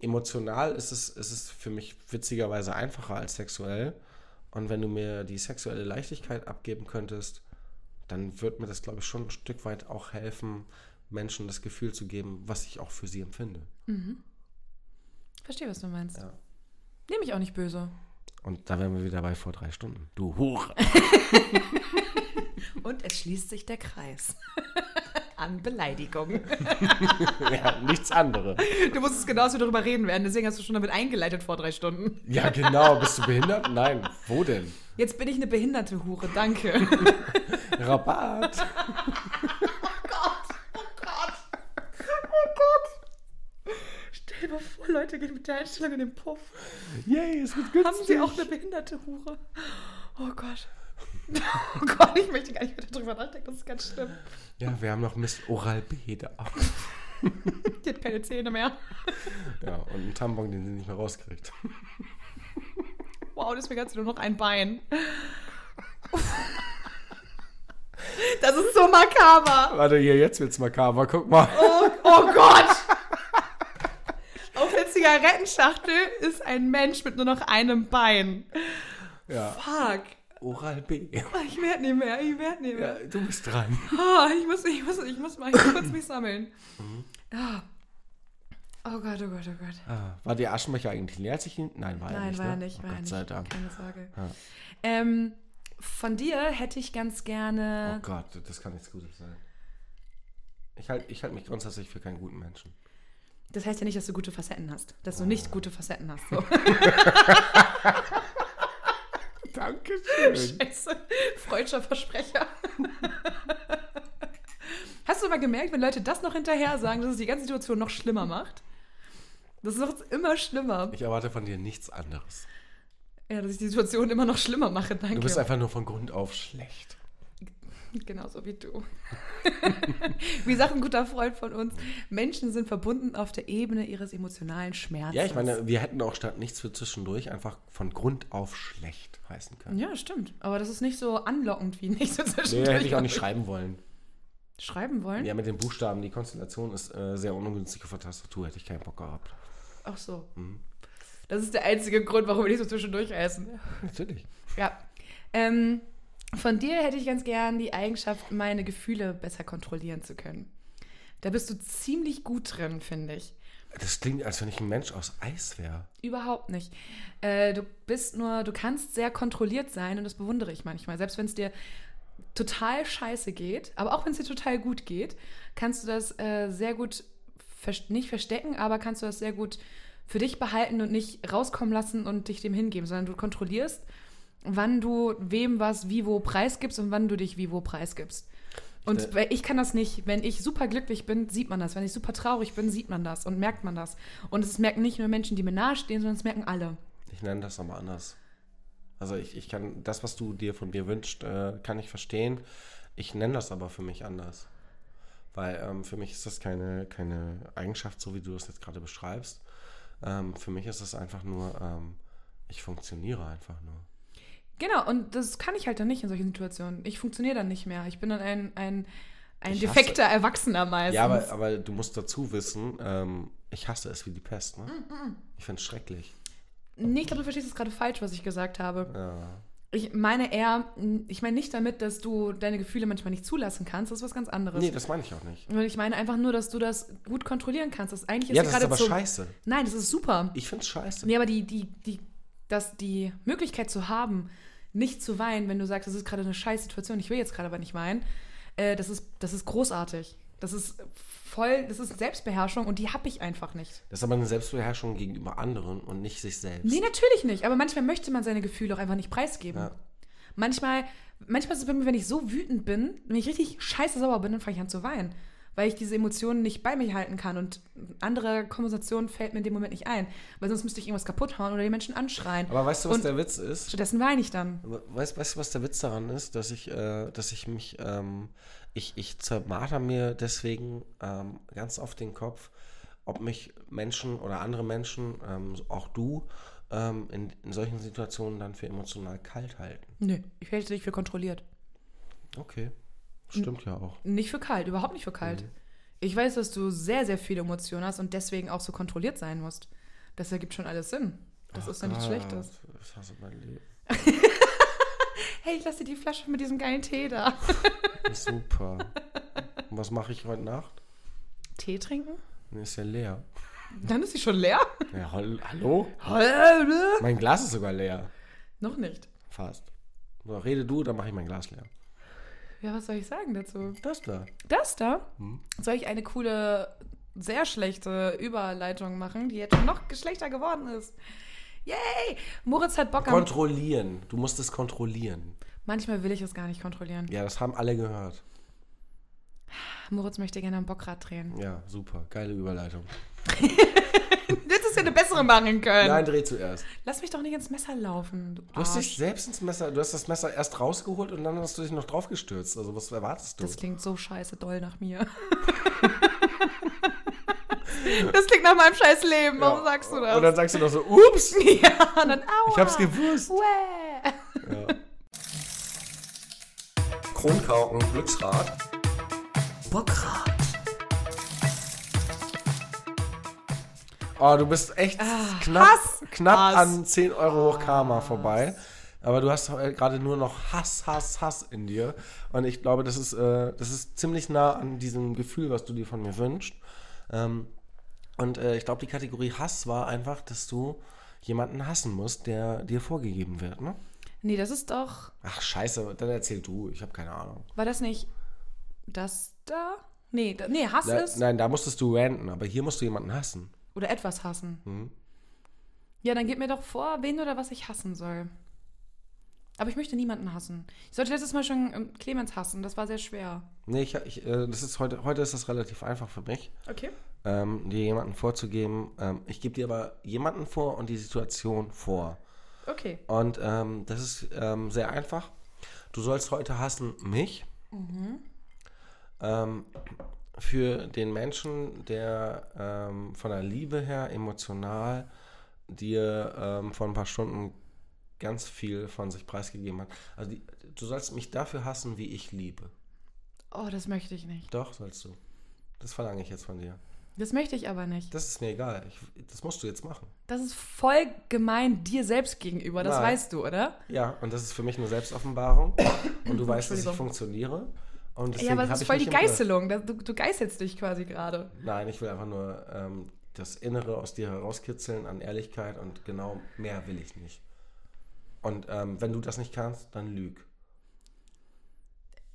Speaker 4: emotional ist es, ist es für mich witzigerweise einfacher als sexuell. Und wenn du mir die sexuelle Leichtigkeit abgeben könntest, dann wird mir das, glaube ich, schon ein Stück weit auch helfen, Menschen das Gefühl zu geben, was ich auch für sie empfinde.
Speaker 3: Verstehe, was du meinst.
Speaker 4: Ja.
Speaker 3: Nehme ich auch nicht böse.
Speaker 4: Und da wären wir wieder bei vor drei Stunden. Du Hure.
Speaker 3: Und es schließt sich der Kreis. an Beleidigung.
Speaker 4: ja, nichts anderes.
Speaker 3: Du musstest genauso darüber reden werden, deswegen hast du schon damit eingeleitet vor drei Stunden.
Speaker 4: Ja, genau. Bist du behindert? Nein. Wo denn?
Speaker 3: Jetzt bin ich eine behinderte Hure, danke.
Speaker 4: Rabatt.
Speaker 3: Stell dir mal vor, Leute gehen mit der Einstellung in den Puff.
Speaker 4: Yay, es wird
Speaker 3: Haben
Speaker 4: günstig.
Speaker 3: sie auch eine behinderte Hure? Oh Gott. Oh Gott, ich möchte gar nicht mehr darüber nachdenken, das ist ganz schlimm.
Speaker 4: ja, wir haben noch Mist Oral B da.
Speaker 3: Die hat keine Zähne mehr.
Speaker 4: Ja, und einen Tampon, den sie nicht mehr rauskriegt.
Speaker 3: Wow, deswegen hat sie nur noch ein Bein. Das ist so makaber.
Speaker 4: Warte, hier, jetzt wird's makaber. Guck mal.
Speaker 3: Oh, oh Gott. Auf der Zigarettenschachtel ist ein Mensch mit nur noch einem Bein.
Speaker 4: Ja,
Speaker 3: Fuck.
Speaker 4: Oral B.
Speaker 3: Ich werd nicht mehr, ich werd nicht mehr.
Speaker 4: Ja, du bist dran.
Speaker 3: Ah, ich, muss, ich, muss, ich muss mal hier kurz mich sammeln.
Speaker 4: Mhm.
Speaker 3: Ah. Oh Gott, oh Gott, oh Gott.
Speaker 4: Ah, war der Aschenbecher eigentlich leer? Hat sich ihn? Nein, war er
Speaker 3: Nein,
Speaker 4: nicht.
Speaker 3: war er
Speaker 4: ne?
Speaker 3: nicht.
Speaker 4: Oh,
Speaker 3: War er
Speaker 4: Gott
Speaker 3: nicht.
Speaker 4: sei Dank.
Speaker 3: Keine Sorge.
Speaker 4: Ja.
Speaker 3: Ähm, von dir hätte ich ganz
Speaker 4: Oh
Speaker 3: gerne.
Speaker 4: Gott, das kann nichts Gutes sein. Ich halte ich halt mich grundsätzlich für keinen guten Menschen.
Speaker 3: Das heißt ja nicht, dass du gute Facetten hast. Dass du
Speaker 4: Oh.
Speaker 3: nicht gute Facetten hast. So.
Speaker 4: Dankeschön.
Speaker 3: Scheiße. Freudscher Versprecher. Hast du mal gemerkt, wenn Leute das noch hinterher sagen, dass es die ganze Situation noch schlimmer macht? Das ist doch immer schlimmer.
Speaker 4: Ich erwarte von dir nichts anderes.
Speaker 3: Ja, dass ich die Situation immer noch schlimmer mache, danke.
Speaker 4: Du bist einfach nur von Grund auf schlecht.
Speaker 3: Genauso wie du. wie sagt ein guter Freund von uns, Menschen sind verbunden auf der Ebene ihres emotionalen Schmerzes.
Speaker 4: Ja, ich meine, wir hätten auch statt nichts für zwischendurch einfach von Grund auf schlecht heißen können.
Speaker 3: Ja, stimmt. Aber das ist nicht so anlockend wie nicht so
Speaker 4: Nee,
Speaker 3: zwischendurch.
Speaker 4: hätte ich auch nicht schreiben wollen.
Speaker 3: schreiben wollen.
Speaker 4: Ja, mit den Buchstaben, die Konstellation ist äh, sehr ungünstig auf der Tastatur, hätte ich keinen Bock gehabt.
Speaker 3: Ach so.
Speaker 4: Mhm.
Speaker 3: Das ist der einzige Grund, warum wir nicht so zwischendurch essen.
Speaker 4: Natürlich.
Speaker 3: Ja. Ähm, von dir hätte ich ganz gern die Eigenschaft, meine Gefühle besser kontrollieren zu können. Da bist du ziemlich gut drin, finde ich.
Speaker 4: Das klingt, als wenn ich ein Mensch aus Eis wäre.
Speaker 3: Überhaupt nicht. Äh, du bist nur, du kannst sehr kontrolliert sein und das bewundere ich manchmal. Selbst wenn es dir total scheiße geht, aber auch wenn es dir total gut geht, kannst du das äh, sehr gut vers nicht verstecken, aber kannst du das sehr gut für dich behalten und nicht rauskommen lassen und dich dem hingeben, sondern du kontrollierst, wann du wem was wie wo preisgibst und wann du dich wie wo preisgibst. Und
Speaker 4: Äh.
Speaker 3: weil ich kann das nicht. Wenn ich super glücklich bin, sieht man das. Wenn ich super traurig bin, sieht man das und merkt man das. Und es merken nicht nur Menschen, die mir nahestehen, sondern es merken alle.
Speaker 4: Ich nenne das nochmal anders. Also ich, ich kann das, was du dir von mir wünschst, äh, kann ich verstehen. Ich nenne das aber für mich anders. Weil ähm, für mich ist das keine, keine Eigenschaft, so wie du das jetzt gerade beschreibst. Ähm, für mich ist das einfach nur, ähm, ich funktioniere einfach nur.
Speaker 3: Genau, und das kann ich halt dann nicht in solchen Situationen. Ich funktioniere dann nicht mehr. Ich bin dann ein, ein, ein
Speaker 4: Ich hasse-
Speaker 3: defekter Erwachsener meistens.
Speaker 4: Ja, aber, aber du musst dazu wissen, ähm, ich hasse es wie die Pest, ne? Ich finde es schrecklich.
Speaker 3: nee, ich glaube, du verstehst es gerade falsch, was ich gesagt habe.
Speaker 4: Ja.
Speaker 3: Ich meine eher, ich meine nicht damit, dass du deine Gefühle manchmal nicht zulassen kannst. Das ist was ganz anderes.
Speaker 4: Nee, das meine ich auch nicht.
Speaker 3: Und ich meine einfach nur, dass du das gut kontrollieren kannst. Das eigentlich ist
Speaker 4: ja,
Speaker 3: dir
Speaker 4: das ist
Speaker 3: gerade
Speaker 4: aber
Speaker 3: zum-
Speaker 4: scheiße.
Speaker 3: Nein, das ist super.
Speaker 4: Ich finde es scheiße.
Speaker 3: Nee, aber die, die, die, dass die Möglichkeit zu haben, nicht zu weinen, wenn du sagst, das ist gerade eine scheiß Situation, ich will jetzt gerade aber nicht weinen, äh, das, ist, das ist großartig. Das ist voll, das ist Selbstbeherrschung und die habe ich einfach nicht.
Speaker 4: Das ist aber eine Selbstbeherrschung gegenüber anderen und nicht sich selbst.
Speaker 3: Nee, natürlich nicht. Aber manchmal möchte man seine Gefühle auch einfach nicht preisgeben.
Speaker 4: Ja.
Speaker 3: Manchmal, manchmal ist es bei mir, wenn ich so wütend bin, wenn ich richtig scheiße sauer bin, dann fange ich an zu weinen. Weil ich diese Emotionen nicht bei mir halten kann und andere Konversation fällt mir in dem Moment nicht ein. Weil sonst müsste ich irgendwas kaputt hauen oder die Menschen anschreien.
Speaker 4: Aber weißt du, was
Speaker 3: Und-
Speaker 4: der Witz ist?
Speaker 3: Stattdessen weine ich dann.
Speaker 4: We- Weißt, weißt du, was der Witz daran ist? Dass ich, äh, dass ich mich, ähm, ich, ich zermarter mir deswegen ähm, ganz oft den Kopf, ob mich Menschen oder andere Menschen, ähm, auch du, ähm, in, in solchen Situationen dann für emotional kalt halten.
Speaker 3: Nö, ich hätte dich für kontrolliert.
Speaker 4: Okay.
Speaker 3: Hm.
Speaker 4: Stimmt ja auch.
Speaker 3: Nicht für kalt, überhaupt nicht für kalt.
Speaker 4: Mhm.
Speaker 3: Ich weiß, dass du sehr, sehr viele Emotionen hast und deswegen auch so kontrolliert sein musst. Das ergibt schon alles Sinn. Das
Speaker 4: Oh
Speaker 3: ist doch nichts
Speaker 4: Gott,
Speaker 3: Schlechtes.
Speaker 4: Das hast du mein Leben.
Speaker 3: Hey, ich lasse dir die Flasche mit diesem geilen Tee da.
Speaker 4: Super. Und was mache ich heute Nacht?
Speaker 3: Tee trinken?
Speaker 4: Nee, ist ja leer.
Speaker 3: Dann ist sie schon leer?
Speaker 4: Ja, hol- hallo?
Speaker 3: Hallo?
Speaker 4: Mein Glas ist sogar leer.
Speaker 3: Noch nicht.
Speaker 4: Fast. So, rede du, dann mache ich mein Glas leer.
Speaker 3: Ja, was soll ich sagen dazu?
Speaker 4: Das da.
Speaker 3: Das da?
Speaker 4: Hm.
Speaker 3: Soll ich eine coole, sehr schlechte Überleitung machen, die jetzt noch schlechter geworden ist? Yay! Moritz hat Bock am...
Speaker 4: Kontrollieren. Du musst es kontrollieren.
Speaker 3: Manchmal will ich es gar nicht kontrollieren.
Speaker 4: Ja, das haben alle gehört.
Speaker 3: Moritz möchte gerne am Bockrad drehen.
Speaker 4: Ja, super. Geile Überleitung.
Speaker 3: Jetzt ist ja eine bessere machen können.
Speaker 4: Nein, dreh zuerst.
Speaker 3: Lass mich doch nicht ins Messer laufen, du
Speaker 4: Du hast
Speaker 3: Arsch.
Speaker 4: dich selbst ins Messer, du hast das Messer erst rausgeholt und dann hast du dich noch draufgestürzt. Also was erwartest du?
Speaker 3: Das klingt so scheiße doll nach mir. das klingt nach meinem scheiß Leben. Warum
Speaker 4: Ja.
Speaker 3: sagst du das?
Speaker 4: Und dann sagst du noch so, ups,
Speaker 3: ja, und dann aua.
Speaker 4: ich hab's gewusst.
Speaker 3: Uäh.
Speaker 4: Kronkauken, Glücksrad.
Speaker 3: Bockrad.
Speaker 4: Oh, du bist echt knapp,
Speaker 3: Ah, Hass. Ah,
Speaker 4: knapp
Speaker 3: Hass.
Speaker 4: an 10 Euro hoch Karma vorbei. Aber du hast äh, gerade nur noch Hass, Hass, Hass in dir. Und ich glaube, das ist, äh, das ist ziemlich nah an diesem Gefühl, was du dir von mir wünschst. Ähm, und äh, ich glaube, die Kategorie Hass war einfach, dass du jemanden hassen musst, der dir vorgegeben wird, ne?
Speaker 3: Nee, das ist doch.
Speaker 4: Ach, scheiße, dann erzähl du. Ich habe keine Ahnung.
Speaker 3: War das nicht das da? Nee, da, nee Hass
Speaker 4: Da,
Speaker 3: ist.
Speaker 4: nein, da musstest du ranten, aber hier musst du jemanden hassen.
Speaker 3: Oder etwas hassen.
Speaker 4: Mhm.
Speaker 3: Ja, dann gib mir doch vor, wen oder was ich hassen soll. Aber ich möchte niemanden hassen. Ich sollte letztes Mal schon ähm, Clemens hassen. Das war sehr schwer.
Speaker 4: Nee, ich, ich, äh, das ist heute, heute ist das relativ einfach für mich,
Speaker 3: Okay.
Speaker 4: ähm, dir jemanden vorzugeben. Ähm, ich gebe dir aber jemanden vor und die Situation vor.
Speaker 3: Okay.
Speaker 4: Und ähm, das ist ähm, sehr einfach. Du sollst heute hassen mich. Ähm, für den Menschen, der ähm, von der Liebe her emotional dir ähm, vor ein paar Stunden ganz viel von sich preisgegeben hat. Also die, du sollst mich dafür hassen, wie ich liebe.
Speaker 3: Oh, das möchte ich nicht.
Speaker 4: Doch, sollst du. Das verlange ich jetzt von dir.
Speaker 3: Das möchte ich aber nicht.
Speaker 4: Das ist mir egal. Ich, das musst du jetzt machen.
Speaker 3: Das ist voll gemein dir selbst gegenüber. Das
Speaker 4: Nein.
Speaker 3: weißt du, oder?
Speaker 4: Ja, und das ist für mich eine Selbstoffenbarung. Und du weißt, dass ich
Speaker 3: Entschuldigung.
Speaker 4: funktioniere. Und deswegen
Speaker 3: Ja, aber das
Speaker 4: hab
Speaker 3: ist
Speaker 4: ich
Speaker 3: voll
Speaker 4: mich
Speaker 3: die
Speaker 4: im Griff.
Speaker 3: Geißelung. Das- Du, du geißelst dich quasi gerade.
Speaker 4: Nein, ich will einfach nur ähm, das Innere aus dir herauskitzeln an Ehrlichkeit und genau mehr will ich nicht. Und ähm, wenn du das nicht kannst, dann lüg.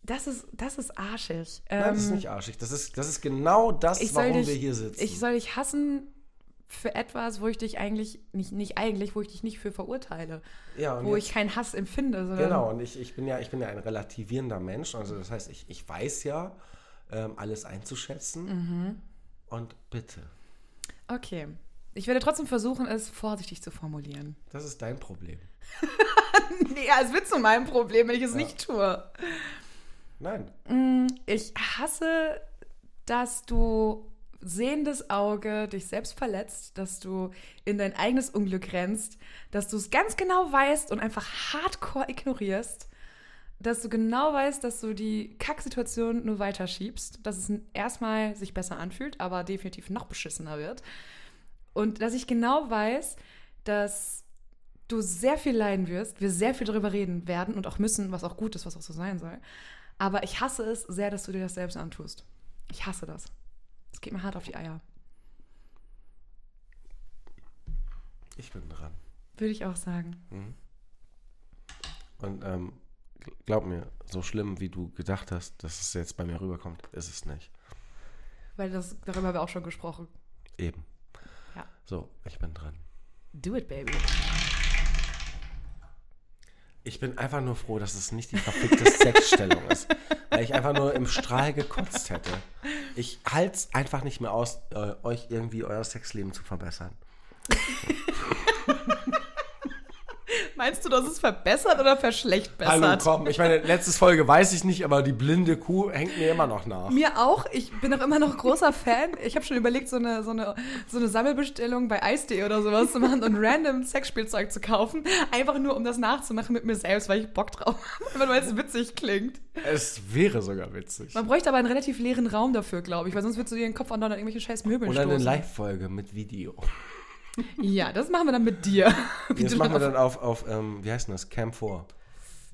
Speaker 3: Das ist, das ist arschig.
Speaker 4: Nein, das ist
Speaker 3: Ähm,
Speaker 4: nicht arschig. Das ist, das ist genau das,
Speaker 3: ich soll
Speaker 4: warum
Speaker 3: dich,
Speaker 4: wir hier sitzen.
Speaker 3: Ich soll dich hassen für etwas, wo ich dich eigentlich, nicht, nicht eigentlich, wo ich dich nicht für verurteile.
Speaker 4: ja, und
Speaker 3: wo
Speaker 4: jetzt-
Speaker 3: ich keinen Hass empfinde, sondern
Speaker 4: Genau, und ich, ich, bin ja, ich bin ja ein relativierender Mensch. Also das heißt, ich, ich weiß ja, ähm, alles einzuschätzen.
Speaker 3: Mhm.
Speaker 4: Und bitte,
Speaker 3: okay. Ich werde trotzdem versuchen, es vorsichtig zu formulieren.
Speaker 4: das ist dein Problem.
Speaker 3: nee, ja, es wird zu meinem Problem, wenn ich es nicht tue.
Speaker 4: Nein.
Speaker 3: Mm, Ich hasse, dass du sehendes Auge dich selbst verletzt, dass du in dein eigenes Unglück rennst, dass du es ganz genau weißt und einfach hardcore ignorierst, dass du genau weißt, dass du die Kacksituation nur weiterschiebst, dass es erstmal sich besser anfühlt, aber definitiv noch beschissener wird. Und dass ich genau weiß, dass du sehr viel leiden wirst, wir sehr viel darüber reden werden und auch müssen, was auch gut ist, was auch so sein soll. Aber ich hasse es sehr, dass du dir das selbst antust. Ich hasse das. Es geht mir hart auf die Eier.
Speaker 4: Ich bin dran.
Speaker 3: Würde ich auch sagen.
Speaker 4: Und ähm, gl- glaub mir, so schlimm, wie du gedacht hast, dass es jetzt bei mir rüberkommt, ist es nicht.
Speaker 3: Weil das, darüber haben wir auch schon gesprochen.
Speaker 4: Eben.
Speaker 3: Ja.
Speaker 4: So, ich bin dran.
Speaker 3: Do it, baby.
Speaker 4: Ich bin einfach nur froh, dass es nicht die verfickte Sexstellung ist. Weil ich einfach nur im Strahl gekotzt hätte. Ich halte es einfach nicht mehr aus, äh, euch irgendwie euer Sexleben zu verbessern.
Speaker 3: Meinst du, das ist verbessert oder
Speaker 4: Hallo,
Speaker 3: verschlechtbessert?
Speaker 4: komm. Ich meine, letztes Folge weiß ich nicht, aber die blinde Kuh hängt mir immer noch nach.
Speaker 3: Mir auch. Ich bin auch immer noch großer Fan. Ich habe schon überlegt, so eine, so, eine, so eine Sammelbestellung bei Eis.de oder sowas zu machen und random Sexspielzeug zu kaufen. Einfach nur, um das nachzumachen mit mir selbst, weil ich Bock drauf habe. Einfach weil es witzig klingt.
Speaker 4: Es wäre sogar witzig.
Speaker 3: Man bräuchte aber einen relativ leeren Raum dafür, glaube ich, weil sonst würdest du dir den Kopf andauernd an irgendwelche scheiß Möbeln
Speaker 4: Oder eine
Speaker 3: stoßen.
Speaker 4: Live-Folge mit Video.
Speaker 3: Ja, das machen wir dann mit dir. Wie
Speaker 4: Das
Speaker 3: du
Speaker 4: machen wir
Speaker 3: drauf-
Speaker 4: dann auf, auf ähm, wie heißt denn das? Cam 4.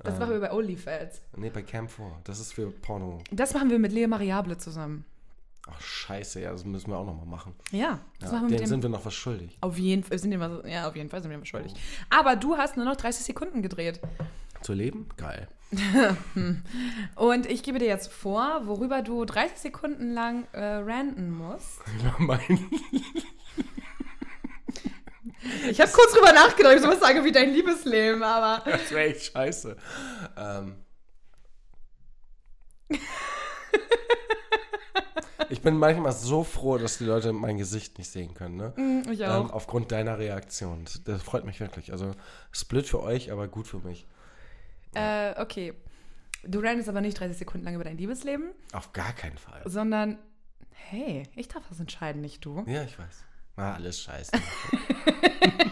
Speaker 3: das machen wir bei OnlyFans.
Speaker 4: Nee, bei Cam 4. Das ist für Porno.
Speaker 3: Das machen wir mit Lea Mariable zusammen.
Speaker 4: Ach, scheiße, ja, das müssen wir auch nochmal machen.
Speaker 3: Ja, das
Speaker 4: Ja,
Speaker 3: machen wir
Speaker 4: denen
Speaker 3: mit dem.
Speaker 4: sind wir noch was schuldig.
Speaker 3: Auf jeden, Fall sind wir, ja, auf jeden Fall sind wir was schuldig. Aber du hast nur noch 30 Sekunden gedreht.
Speaker 4: Zu leben? Geil.
Speaker 3: Und ich gebe dir jetzt vor, worüber du 30 Sekunden lang äh, ranten musst.
Speaker 4: Über mein
Speaker 3: Ich habe kurz drüber nachgedacht, ich soll was sagen wie dein Liebesleben, aber
Speaker 4: Das wäre echt scheiße. Ähm. Ich bin manchmal so froh, dass die Leute mein Gesicht nicht sehen können, ne?
Speaker 3: Mhm, ich
Speaker 4: Ähm,
Speaker 3: auch.
Speaker 4: aufgrund deiner Reaktion. Das- Das freut mich wirklich. Also, Split für euch, aber gut für mich.
Speaker 3: Äh, okay. Du rantest aber nicht 30 Sekunden lang über dein Liebesleben,
Speaker 4: Auf gar keinen Fall.
Speaker 3: Also sondern hey, ich darf das entscheiden, nicht du.
Speaker 4: Ja, ich weiß. Na, alles scheiße.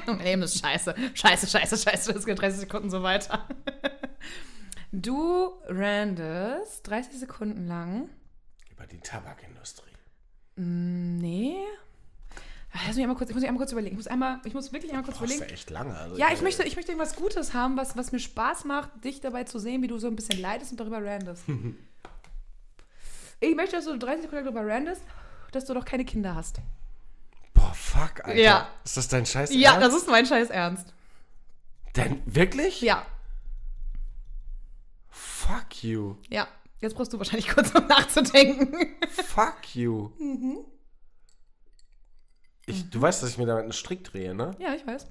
Speaker 3: Mein Leben ist scheiße. Scheiße, scheiße, scheiße. Das geht 30 Sekunden so weiter. Du randest 30 Sekunden lang.
Speaker 4: Über die Tabakindustrie.
Speaker 3: Nee. Ah, Lass mich einmal kurz, ich muss mich einmal kurz überlegen. Ich muss, einmal, ich muss wirklich einmal kurz
Speaker 4: Brauchst ja
Speaker 3: überlegen.
Speaker 4: echt lange. Also,
Speaker 3: Ja, ich möchte, ich möchte irgendwas Gutes haben, was, was mir Spaß macht, dich dabei zu sehen, wie du so ein bisschen leidest und darüber randest. ich möchte, dass du 30 Sekunden lang darüber randest, dass du doch keine Kinder hast.
Speaker 4: Boah, fuck, Alter.
Speaker 3: Ja.
Speaker 4: Ist das dein Scheiß?
Speaker 3: Ja,
Speaker 4: Ernst?
Speaker 3: das ist mein scheiß Ernst.
Speaker 4: Denn wirklich?
Speaker 3: Ja,
Speaker 4: Fuck you.
Speaker 3: ja. Jetzt brauchst du wahrscheinlich kurz, um nachzudenken.
Speaker 4: Fuck you.
Speaker 3: Mhm.
Speaker 4: Ich, du weißt, dass ich mir damit einen Strick drehe, ne?
Speaker 3: Ja, ich weiß.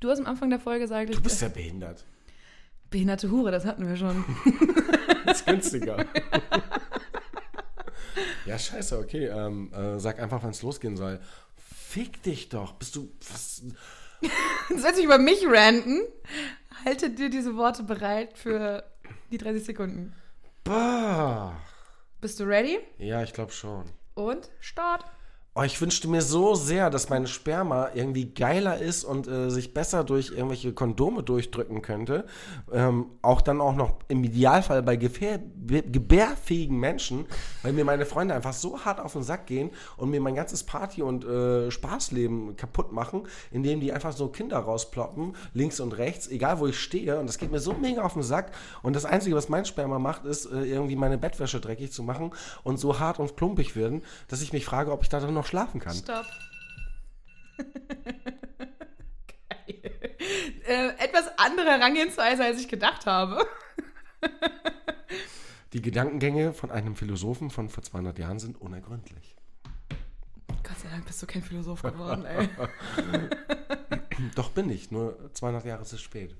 Speaker 3: Du hast am Anfang der Folge gesagt, äh,
Speaker 4: Du bist ja behindert.
Speaker 3: behinderte Hure, das hatten wir schon.
Speaker 4: Das ist günstiger. ja, scheiße, okay. Ähm, äh, sag einfach, wann es losgehen soll. Fick dich doch. Bist du. Was?
Speaker 3: Jetzt willst du über mich ranten. Halte dir diese Worte bereit für die 30 Sekunden.
Speaker 4: Bah.
Speaker 3: Bist du ready?
Speaker 4: Ja, ich glaube schon.
Speaker 3: Und Start.
Speaker 4: Oh, ich wünschte mir so sehr, dass meine Sperma irgendwie geiler ist und äh, sich besser durch irgendwelche Kondome durchdrücken könnte. Ähm, auch dann auch noch im Idealfall bei gefähr- be- gebärfähigen Menschen, weil mir meine Freunde einfach so hart auf den Sack gehen und mir mein ganzes Party- und äh, Spaßleben kaputt machen, indem die einfach so Kinder rausploppen, links und rechts, egal wo ich stehe. Und das geht mir so mega auf den Sack. Und das Einzige, was mein Sperma macht, ist äh, irgendwie meine Bettwäsche dreckig zu machen und so hart und klumpig werden, dass ich mich frage, ob ich da drin noch schlafen kann.
Speaker 3: Stopp. Geil. Äh, etwas andere Herangehensweise, als ich gedacht habe.
Speaker 4: Die Gedankengänge von einem Philosophen von vor 200 Jahren sind unergründlich.
Speaker 3: Gott sei Dank bist du kein Philosoph geworden, ey.
Speaker 4: Doch bin ich, nur 200 Jahre ist es spät.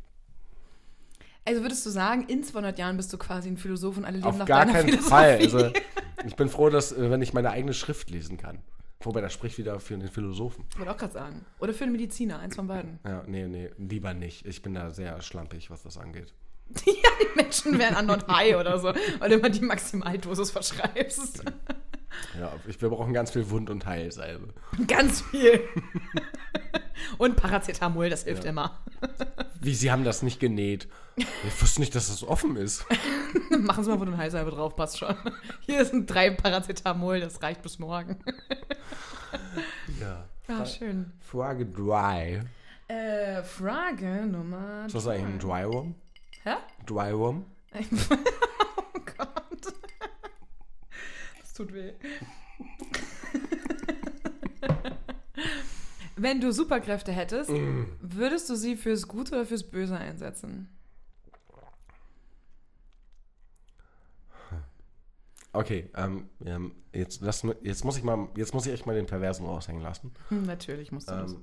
Speaker 3: Also würdest du sagen, in 200 Jahren bist du quasi ein Philosoph und alle leben
Speaker 4: Auf
Speaker 3: nach
Speaker 4: gar
Speaker 3: deiner
Speaker 4: keinen
Speaker 3: Philosophie?
Speaker 4: Fall. Also, ich bin froh, dass, äh, wenn ich meine eigene Schrift lesen kann. Wobei, das spricht wieder für den Philosophen.
Speaker 3: Ich wollte auch gerade sagen. Oder für einen Mediziner, eins von beiden.
Speaker 4: Ja, nee, nee, lieber nicht. Ich bin da sehr schlampig, was das angeht.
Speaker 3: Ja, die Menschen wären anderen high oder so, weil du immer die Maximaldosis verschreibst.
Speaker 4: Ja, ich, wir brauchen ganz viel Wund- und Heilsalbe.
Speaker 3: Ganz viel. Und Paracetamol, das hilft immer.
Speaker 4: Wie, sie haben das nicht genäht? Ich wusste nicht, dass das offen ist.
Speaker 3: Machen Sie mal von dem Heißhalbe drauf, passt schon. Hier sind drei Paracetamol, das reicht bis morgen.
Speaker 4: Ja.
Speaker 3: Ah, schön.
Speaker 4: Frage Dry.
Speaker 3: Äh, Frage Nummer.
Speaker 4: Ist das eigentlich ein Dryworm?
Speaker 3: Hä?
Speaker 4: Dryworm?
Speaker 3: Oh Gott. Das tut weh. Wenn du Superkräfte hättest,
Speaker 4: Mm.
Speaker 3: würdest du sie fürs Gute oder fürs Böse einsetzen?
Speaker 4: Okay, ähm, ähm, jetzt, lass, mi- jetzt muss ich mal, jetzt muss ich echt mal den Perversen raushängen lassen.
Speaker 3: Hm, Natürlich musst du das.
Speaker 4: Ähm,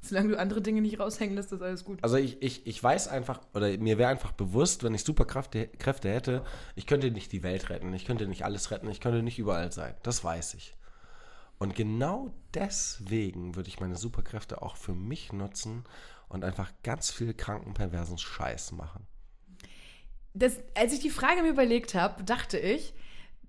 Speaker 3: Solange du andere Dinge nicht raushängen lässt, ist alles gut.
Speaker 4: also ich, ich, ich weiß einfach, oder mir wäre einfach bewusst, wenn ich Superkräfte Kräfte hätte, ich könnte nicht die Welt retten, ich könnte nicht alles retten, ich könnte nicht überall sein. Das weiß ich. Und genau deswegen würde ich meine Superkräfte auch für mich nutzen und einfach ganz viel kranken, perversen Scheiß machen.
Speaker 3: Das, als ich die Frage mir überlegt habe, dachte ich,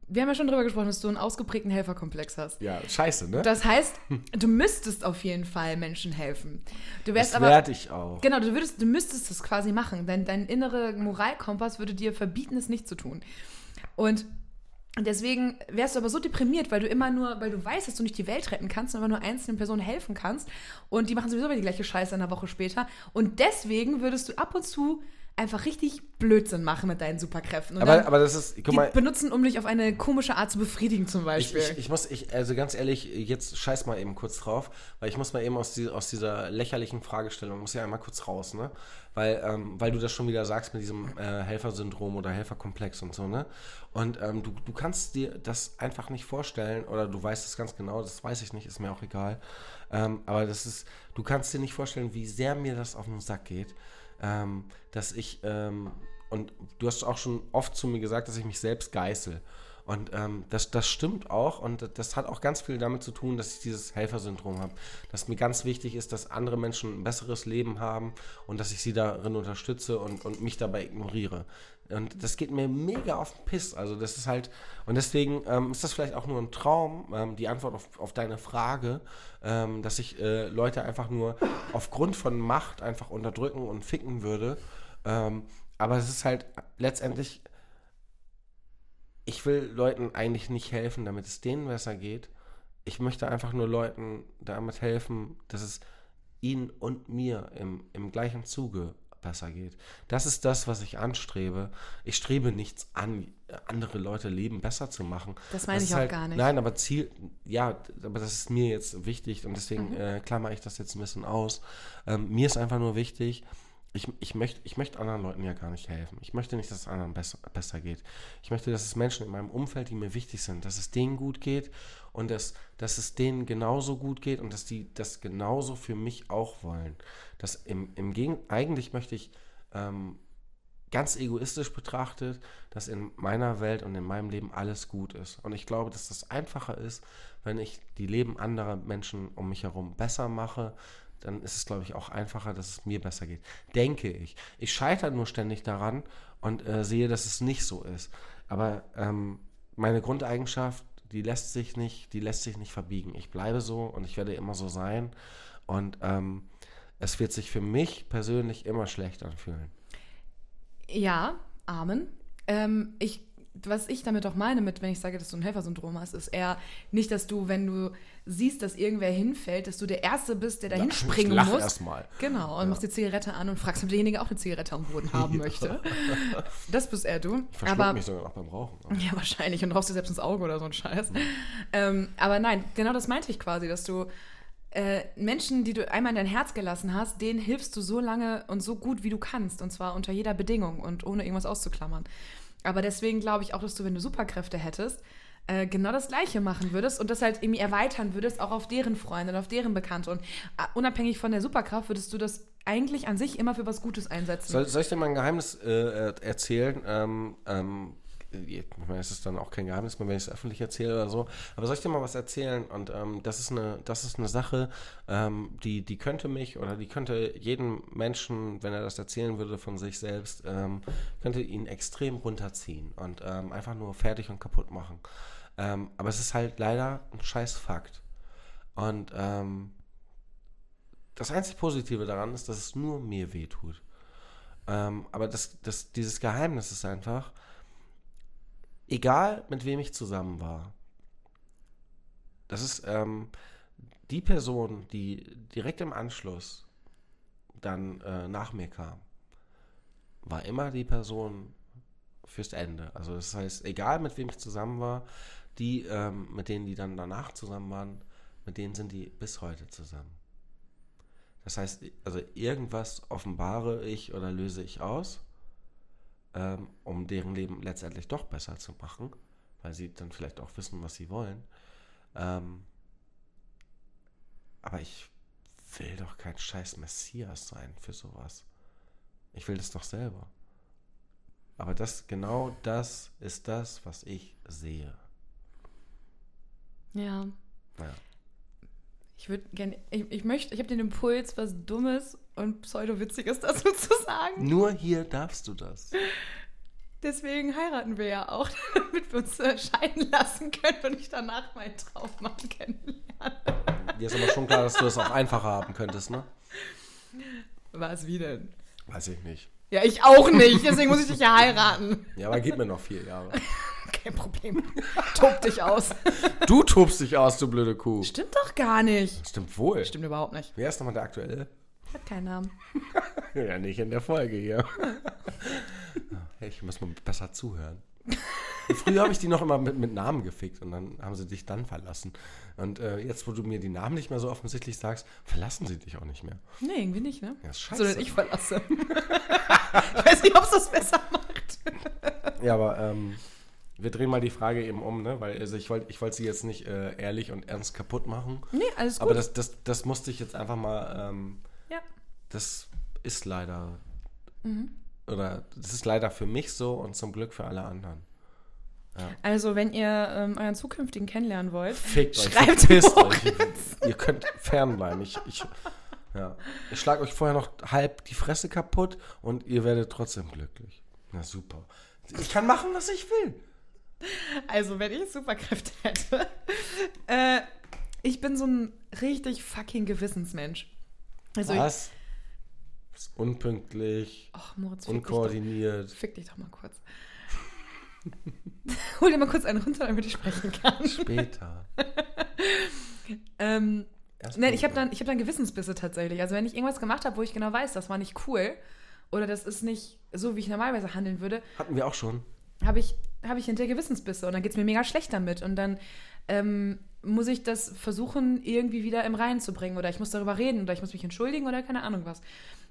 Speaker 3: wir haben ja schon drüber gesprochen, dass du einen ausgeprägten Helferkomplex hast.
Speaker 4: Ja, scheiße, ne?
Speaker 3: Das heißt, du müsstest auf jeden Fall Menschen helfen. Du wärst
Speaker 4: das
Speaker 3: aber.
Speaker 4: werde ich auch.
Speaker 3: Genau, du, würdest, du müsstest das quasi machen, denn dein innerer Moralkompass würde dir verbieten, es nicht zu tun. Und deswegen wärst du aber so deprimiert, weil du immer nur, weil du weißt, dass du nicht die Welt retten kannst, sondern immer nur einzelnen Personen helfen kannst und die machen sowieso immer die gleiche Scheiße eine Woche später. Und deswegen würdest du ab und zu einfach richtig Blödsinn machen mit deinen Superkräften. Und
Speaker 4: Aber,
Speaker 3: dann
Speaker 4: aber das ist, guck
Speaker 3: die
Speaker 4: mal,
Speaker 3: benutzen, um dich auf eine komische Art zu befriedigen, zum
Speaker 4: ich,
Speaker 3: Beispiel.
Speaker 4: ich, ich muss, ich, also ganz ehrlich, jetzt scheiß mal eben kurz drauf, weil ich muss mal eben aus, die, aus dieser lächerlichen Fragestellung, muss ja einmal kurz raus, ne? Weil, ähm, weil du das schon wieder sagst mit diesem äh, Helfersyndrom oder Helferkomplex und so, ne? Und ähm, du, du kannst dir das einfach nicht vorstellen oder du weißt es ganz genau, das weiß ich nicht, ist mir auch egal. Ähm, aber das ist, du kannst dir nicht vorstellen, wie sehr mir das auf den Sack geht, ähm, dass ich, ähm, und du hast auch schon oft zu mir gesagt, dass ich mich selbst geißel. Und ähm, das, das stimmt auch und das- das hat auch ganz viel damit zu tun, dass ich dieses Helfersyndrom habe. Dass mir ganz wichtig ist, dass andere Menschen ein besseres Leben haben und dass ich sie darin unterstütze und, und mich dabei ignoriere. Und das geht mir mega auf den Piss. Also das ist halt, und deswegen ähm, ist das vielleicht auch nur ein Traum, ähm, die Antwort auf, auf deine Frage, ähm, dass ich äh, Leute einfach nur aufgrund von Macht einfach unterdrücken und ficken würde. Ähm, aber es ist halt letztendlich ich will Leuten eigentlich nicht helfen, damit es denen besser geht. Ich möchte einfach nur Leuten damit helfen, dass es ihnen und mir im, im gleichen Zuge besser geht. Das ist das, was ich anstrebe. Ich strebe nichts an, andere Leute Leben besser zu machen.
Speaker 3: Das meine ich
Speaker 4: ist halt
Speaker 3: auch gar nicht.
Speaker 4: Nein, aber Ziel, ja, aber das ist mir jetzt wichtig und deswegen
Speaker 3: Mhm.
Speaker 4: äh, klammere ich das jetzt ein bisschen aus. Ähm, mir ist einfach nur wichtig, ich, ich, möchte, ich möchte anderen Leuten ja gar nicht helfen. Ich möchte nicht, dass es anderen besser, besser geht. Ich möchte, dass es Menschen in meinem Umfeld, die mir wichtig sind, dass es denen gut geht und dass, dass es denen genauso gut geht und dass die das genauso für mich auch wollen. Das im, im Gegen eigentlich möchte ich ähm, ganz egoistisch betrachtet, dass in meiner Welt und in meinem Leben alles gut ist. Und ich glaube, dass das einfacher ist, wenn ich die Leben anderer Menschen um mich herum besser mache. Dann ist es, glaube ich, auch einfacher, dass es mir besser geht. Denke ich. Ich scheitere nur ständig daran und äh, sehe, dass es nicht so ist. Aber ähm, meine Grundeigenschaft, die lässt sich nicht, die lässt sich nicht verbiegen. Ich bleibe so und ich werde immer so sein. Und ähm, es wird sich für mich persönlich immer schlecht anfühlen.
Speaker 3: Ja, Amen. Ähm, ich, was ich damit auch meine, mit, wenn ich sage, dass du ein Helfersyndrom hast, ist eher nicht, dass du, wenn du siehst, dass irgendwer hinfällt, dass du der Erste bist, der da hinspringen
Speaker 4: ich lach
Speaker 3: muss.
Speaker 4: erstmal.
Speaker 3: Genau, und machst die Zigarette an und fragst, ob derjenige auch eine Zigarette am Boden haben möchte. Das bist eher du.
Speaker 4: Ich verschluck
Speaker 3: Aber
Speaker 4: mich sogar noch beim Rauchen.
Speaker 3: ja, wahrscheinlich. Und rauchst dir selbst ins Auge oder so ein Scheiß. Ähm, aber nein, genau das meinte ich quasi, dass du äh, Menschen, die du einmal in dein Herz gelassen hast, denen hilfst du so lange und so gut, wie du kannst. Und zwar unter jeder Bedingung und ohne irgendwas auszuklammern. Aber deswegen glaube ich auch, dass du, wenn du Superkräfte hättest, äh, genau das Gleiche machen würdest und das halt irgendwie erweitern würdest, auch auf deren Freunde und auf deren Bekannte. Und äh, unabhängig von der Superkraft würdest du das eigentlich an sich immer für was Gutes einsetzen.
Speaker 4: Soll, soll ich dir mal ein Geheimnis äh, äh, erzählen? Ähm, ähm, ich meine, es ist dann auch kein Geheimnis mehr, wenn ich es öffentlich erzähle oder so. Aber soll ich dir mal was erzählen? Und ähm, das ist eine, das ist eine Sache, ähm, die, die könnte mich oder die könnte jeden Menschen, wenn er das erzählen würde von sich selbst, ähm, könnte ihn extrem runterziehen und ähm, einfach nur fertig und kaputt machen. Ähm, aber es ist halt leider ein Scheißfakt. Und ähm, das einzig Positive daran ist, dass es nur mir wehtut. Ähm, aber das, das, dieses Geheimnis ist einfach, egal mit wem ich zusammen war, das ist ähm, die Person, die direkt im Anschluss dann äh, nach mir kam, war immer die Person fürs Ende. Also das heißt, egal mit wem ich zusammen war, die, ähm, mit denen, die dann danach zusammen waren, mit denen sind die bis heute zusammen. Das heißt, also irgendwas offenbare ich oder löse ich aus, ähm, um deren Leben letztendlich doch besser zu machen, weil sie dann vielleicht auch wissen, was sie wollen. Ähm, aber ich will doch kein scheiß Messias sein für sowas. Ich will das doch selber. Aber das, genau das ist das, was ich sehe.
Speaker 3: ja.
Speaker 4: Ja.
Speaker 3: Ich würde gerne, ich, ich möchte, ich habe den Impuls, was Dummes und Pseudowitziges dazu zu sagen.
Speaker 4: Nur hier darfst du das.
Speaker 3: Deswegen heiraten wir ja auch, damit wir uns äh, scheiden lassen können und ich danach meinen Traummann kennenlerne.
Speaker 4: Dir ist aber schon klar, dass du das auch einfacher haben könntest, ne?
Speaker 3: Was wie denn?
Speaker 4: Weiß ich nicht.
Speaker 3: Ja, ich auch nicht, deswegen muss ich dich ja heiraten.
Speaker 4: Ja, aber gib mir noch vier Jahre.
Speaker 3: Kein Problem. Tob dich aus.
Speaker 4: Du tobst dich aus, du blöde Kuh.
Speaker 3: Stimmt doch gar nicht.
Speaker 4: Stimmt wohl.
Speaker 3: Stimmt überhaupt nicht.
Speaker 4: Wer ist nochmal der aktuelle?
Speaker 3: Hat keinen Namen.
Speaker 4: Ja, nicht in der Folge hier. ich muss mal besser zuhören. Früher habe ich die noch immer mit, mit Namen gefickt und dann haben sie dich dann verlassen. Und äh, jetzt, wo du mir die Namen nicht mehr so offensichtlich sagst, verlassen sie dich auch nicht mehr.
Speaker 3: Nee, irgendwie nicht, ne?
Speaker 4: Ja, ist
Speaker 3: So, dass
Speaker 4: scheiße.
Speaker 3: ich verlasse. ich weiß nicht, ob es das besser macht.
Speaker 4: Ja, aber ähm, wir drehen mal die Frage eben um, ne? Weil also ich wollte ich wollte sie jetzt nicht äh, ehrlich und ernst kaputt machen.
Speaker 3: Nee, alles gut.
Speaker 4: Aber das, das, das musste ich jetzt einfach mal. Ähm,
Speaker 3: ja. Mhm.
Speaker 4: das ist leider. Oder das ist leider für mich so und zum Glück für alle anderen.
Speaker 3: Also, wenn ihr ähm, euren zukünftigen kennenlernen wollt,
Speaker 4: Fickt
Speaker 3: Schreibt
Speaker 4: euch, verpisst
Speaker 3: Moritz.
Speaker 4: euch. Ihr könnt fernbleiben. Ich, ich, ja. ich schlag euch vorher noch halb die Fresse kaputt und ihr werdet trotzdem glücklich. Na super. Ich kann machen, was ich will.
Speaker 3: also wenn ich Superkräfte hätte, äh, ich bin so ein richtig fucking Gewissensmensch. Also ich-
Speaker 4: was? Ist unpünktlich,
Speaker 3: Ach, Moritz, fick dich, doch,
Speaker 4: unkoordiniert.
Speaker 3: fick dich doch mal kurz. Hol dir mal kurz einen runter, damit ich sprechen kann.
Speaker 4: Später.
Speaker 3: Ähm,
Speaker 4: Erst
Speaker 3: Nein, ich habe
Speaker 4: später.
Speaker 3: dann, ich hab dann Gewissensbisse tatsächlich. Also wenn ich irgendwas gemacht habe, wo ich genau weiß, das war nicht cool oder das ist nicht so, wie ich normalerweise handeln würde,
Speaker 4: Hatten wir auch schon.
Speaker 3: habe ich, hab ich hinterher Gewissensbisse und dann geht es mir mega schlecht damit. Und dann ähm, muss ich das versuchen, irgendwie wieder im Reinen zu bringen oder ich muss darüber reden oder ich muss mich entschuldigen oder keine Ahnung was.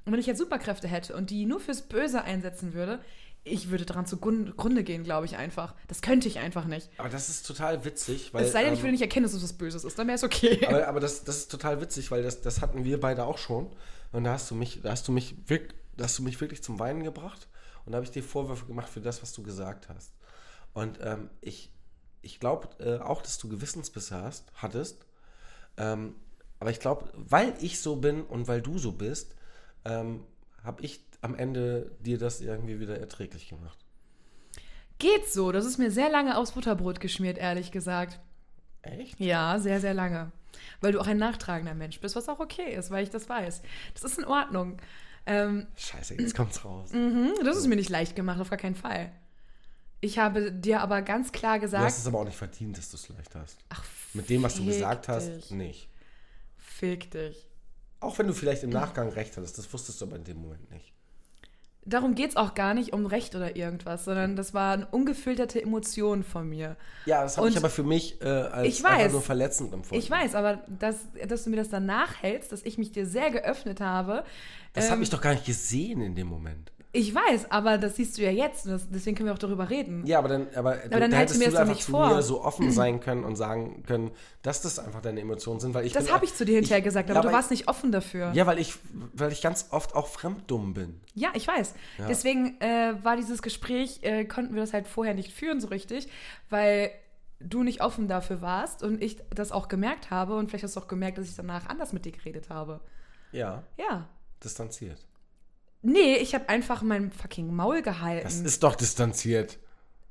Speaker 3: Und wenn ich jetzt Superkräfte hätte und die nur fürs Böse einsetzen würde, ich würde daran zugrunde gehen, glaube ich einfach. Das könnte ich einfach nicht.
Speaker 4: Aber das ist total witzig, weil.
Speaker 3: Es sei denn, ich
Speaker 4: ähm,
Speaker 3: würde nicht erkennen, dass es was Böses ist, dann wäre es okay.
Speaker 4: Aber, aber das, das ist total witzig, weil das, das hatten wir beide auch schon. Und da hast du mich, da hast du mich wirklich, da hast du mich wirklich zum Weinen gebracht und da habe ich dir Vorwürfe gemacht für das, was du gesagt hast. Und ähm, ich, ich glaube äh, auch, dass du Gewissensbisse hast, hattest. Ähm, aber ich glaube, weil ich so bin und weil du so bist, ähm, habe ich am Ende dir das irgendwie wieder erträglich gemacht.
Speaker 3: Geht so, das ist mir sehr lange aufs Butterbrot geschmiert, ehrlich gesagt.
Speaker 4: Echt?
Speaker 3: Ja, sehr, sehr lange. Weil du auch ein nachtragender Mensch bist, was auch okay ist, weil ich das weiß. Das ist in Ordnung. Ähm,
Speaker 4: Scheiße, jetzt kommt's raus.
Speaker 3: mhm, das ist mir nicht leicht gemacht, auf gar keinen Fall. Ich habe dir aber ganz klar
Speaker 4: Du hast
Speaker 3: gesagt,
Speaker 4: es aber auch nicht verdient, dass du es leicht hast.
Speaker 3: ach,
Speaker 4: Mit dem, was du
Speaker 3: fick
Speaker 4: gesagt hast,
Speaker 3: dich.
Speaker 4: nicht.
Speaker 3: fick dich.
Speaker 4: Auch wenn du vielleicht im Nachgang recht hattest, das wusstest du aber in dem Moment nicht.
Speaker 3: Darum geht es auch gar nicht um Recht oder irgendwas, sondern das waren ungefilterte Emotionen von mir.
Speaker 4: Ja, das habe
Speaker 3: Und-
Speaker 4: ich aber für mich äh, als
Speaker 3: Ich weiß.
Speaker 4: einfach nur verletzend empfunden.
Speaker 3: Ich weiß, aber dass, dass du mir das dann nachhältst, dass ich mich dir sehr geöffnet habe,
Speaker 4: Das
Speaker 3: ähm,
Speaker 4: habe ich doch gar nicht gesehen in dem Moment.
Speaker 3: Ich weiß, aber das siehst du ja jetzt. und Das, deswegen können wir auch darüber reden.
Speaker 4: Ja, aber dann, aber, du-
Speaker 3: dann
Speaker 4: da
Speaker 3: halte
Speaker 4: hättest
Speaker 3: mir
Speaker 4: du
Speaker 3: das doch
Speaker 4: einfach
Speaker 3: nicht
Speaker 4: zu
Speaker 3: vor.
Speaker 4: mir so offen sein können und sagen können, dass das einfach deine Emotionen sind, weil ich
Speaker 3: das
Speaker 4: bin-
Speaker 3: habe ich zu dir hinterher gesagt, aber
Speaker 4: ja,
Speaker 3: du
Speaker 4: weil-
Speaker 3: warst nicht offen dafür. Ja,
Speaker 4: Ja, weil ich, weil ich ganz oft auch fremddumm bin.
Speaker 3: ich weiß.
Speaker 4: Ja.
Speaker 3: Deswegen äh, war dieses Gespräch, äh, konnten wir das halt vorher nicht führen so richtig, weil du nicht offen dafür warst und ich das auch gemerkt habe und vielleicht hast du auch gemerkt, dass ich danach anders mit dir geredet habe.
Speaker 4: Ja,
Speaker 3: Ja.
Speaker 4: distanziert.
Speaker 3: Nee, ich habe einfach mein fucking Maul gehalten.
Speaker 4: Das ist doch distanziert.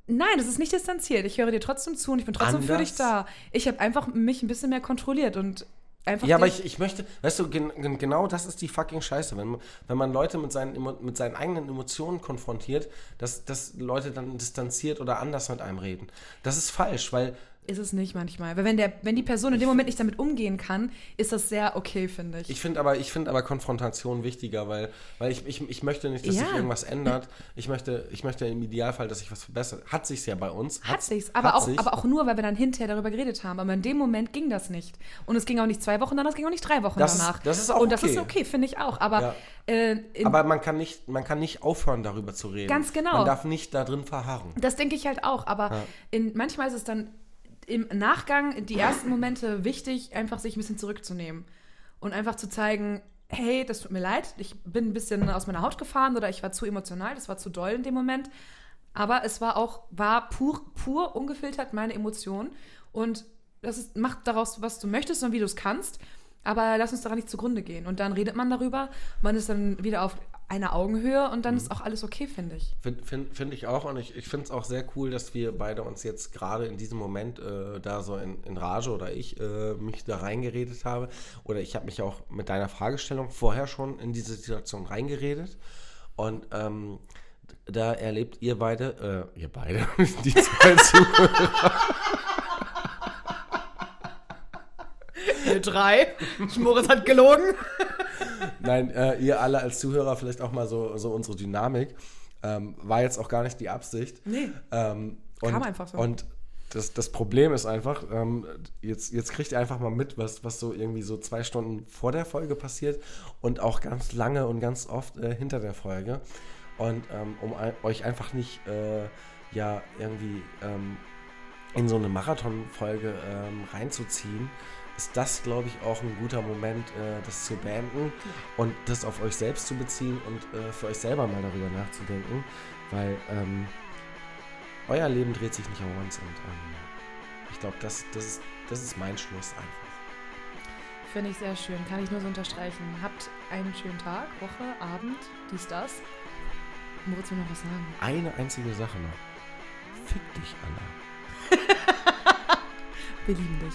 Speaker 3: Nein, das ist nicht distanziert. Ich höre dir trotzdem zu und ich bin trotzdem für
Speaker 4: Anders?
Speaker 3: dich da. Ich habe einfach mich ein bisschen mehr kontrolliert und einfach
Speaker 4: Ja, aber
Speaker 3: dir-
Speaker 4: ich, ich möchte, weißt du, gen, gen, genau das ist die fucking Scheiße. Wenn, man- wenn man Leute mit seinen, Emo- mit seinen eigenen Emotionen konfrontiert, dass, dass Leute dann distanziert oder anders mit einem reden. Das ist falsch, weil
Speaker 3: Ist es nicht manchmal. Weil wenn, der, wenn die Person in dem Moment nicht damit umgehen kann, ist das sehr okay, finde ich.
Speaker 4: ich finde aber, ich finde aber Konfrontation wichtiger, weil, weil ich, ich, ich möchte nicht, dass
Speaker 3: Ja.
Speaker 4: sich irgendwas ändert. Ich möchte, ich möchte im Idealfall, dass sich was verbessert. Hat sich's ja bei uns.
Speaker 3: Hat
Speaker 4: Hat's-
Speaker 3: sich's, aber,
Speaker 4: hat
Speaker 3: auch, aber auch nur, weil wir dann hinterher darüber geredet haben. Aber in dem Moment ging das nicht. Und es ging auch nicht zwei Wochen danach, es ging auch nicht drei Wochen
Speaker 4: Das ist-
Speaker 3: danach.
Speaker 4: das ist auch
Speaker 3: Und das
Speaker 4: okay.
Speaker 3: ist okay, finde ich auch. Aber, äh, in,
Speaker 4: aber man kann nicht, man kann nicht aufhören, darüber zu reden.
Speaker 3: Ganz genau.
Speaker 4: Man darf nicht da drin verharren.
Speaker 3: das denke ich halt auch. Aber in, manchmal ist es dann im Nachgang, die ersten Momente, wichtig, einfach sich ein bisschen zurückzunehmen. Und einfach zu zeigen, hey, das tut mir leid, ich bin ein bisschen aus meiner Haut gefahren oder ich war zu emotional, das war zu doll in dem Moment. Aber es war auch, war pur, pur ungefiltert meine Emotionen. Und das ist, macht daraus, was du möchtest und wie du es kannst. Aber lass uns daran nicht zugrunde gehen. Und dann redet man darüber, man ist dann wieder auf einer Augenhöhe und dann ist auch alles okay, finde ich.
Speaker 4: Finde find, find ich auch und ich, ich finde es auch sehr cool, dass wir beide uns jetzt gerade in diesem Moment äh, da so in, in Rage oder ich äh, mich da reingeredet habe. Oder ich habe mich auch mit deiner Fragestellung vorher schon in diese Situation reingeredet. Und ähm, da erlebt ihr beide, äh, ihr beide, die zwei Zuhörer.
Speaker 3: Ihr drei. Moritz hat gelogen.
Speaker 4: Nein, äh, ihr alle als Zuhörer vielleicht auch mal so, so unsere Dynamik. Ähm, war jetzt auch gar nicht die Absicht.
Speaker 3: Nee.
Speaker 4: Ähm, und,
Speaker 3: Kam einfach so.
Speaker 4: Und das, das Problem ist einfach, ähm, jetzt, jetzt kriegt ihr einfach mal mit, was, was so irgendwie so zwei Stunden vor der Folge passiert und auch ganz lange und ganz oft äh, hinter der Folge. Und ähm, um ei- euch einfach nicht äh, ja irgendwie ähm, in so eine Marathon-Folge ähm, reinzuziehen, ist das, glaube ich, auch ein guter Moment, äh, das zu beenden und das auf euch selbst zu beziehen und äh, für euch selber mal darüber nachzudenken, weil ähm, euer Leben dreht sich nicht um uns und ähm, ich glaube, das, das, ist, das ist mein Schluss einfach.
Speaker 3: Finde ich sehr schön. Kann ich nur so unterstreichen. Habt einen schönen Tag, Woche, Abend, dies, das. Moritz will noch was sagen.
Speaker 4: Eine einzige Sache noch. Fick dich, Anna.
Speaker 3: Wir lieben dich.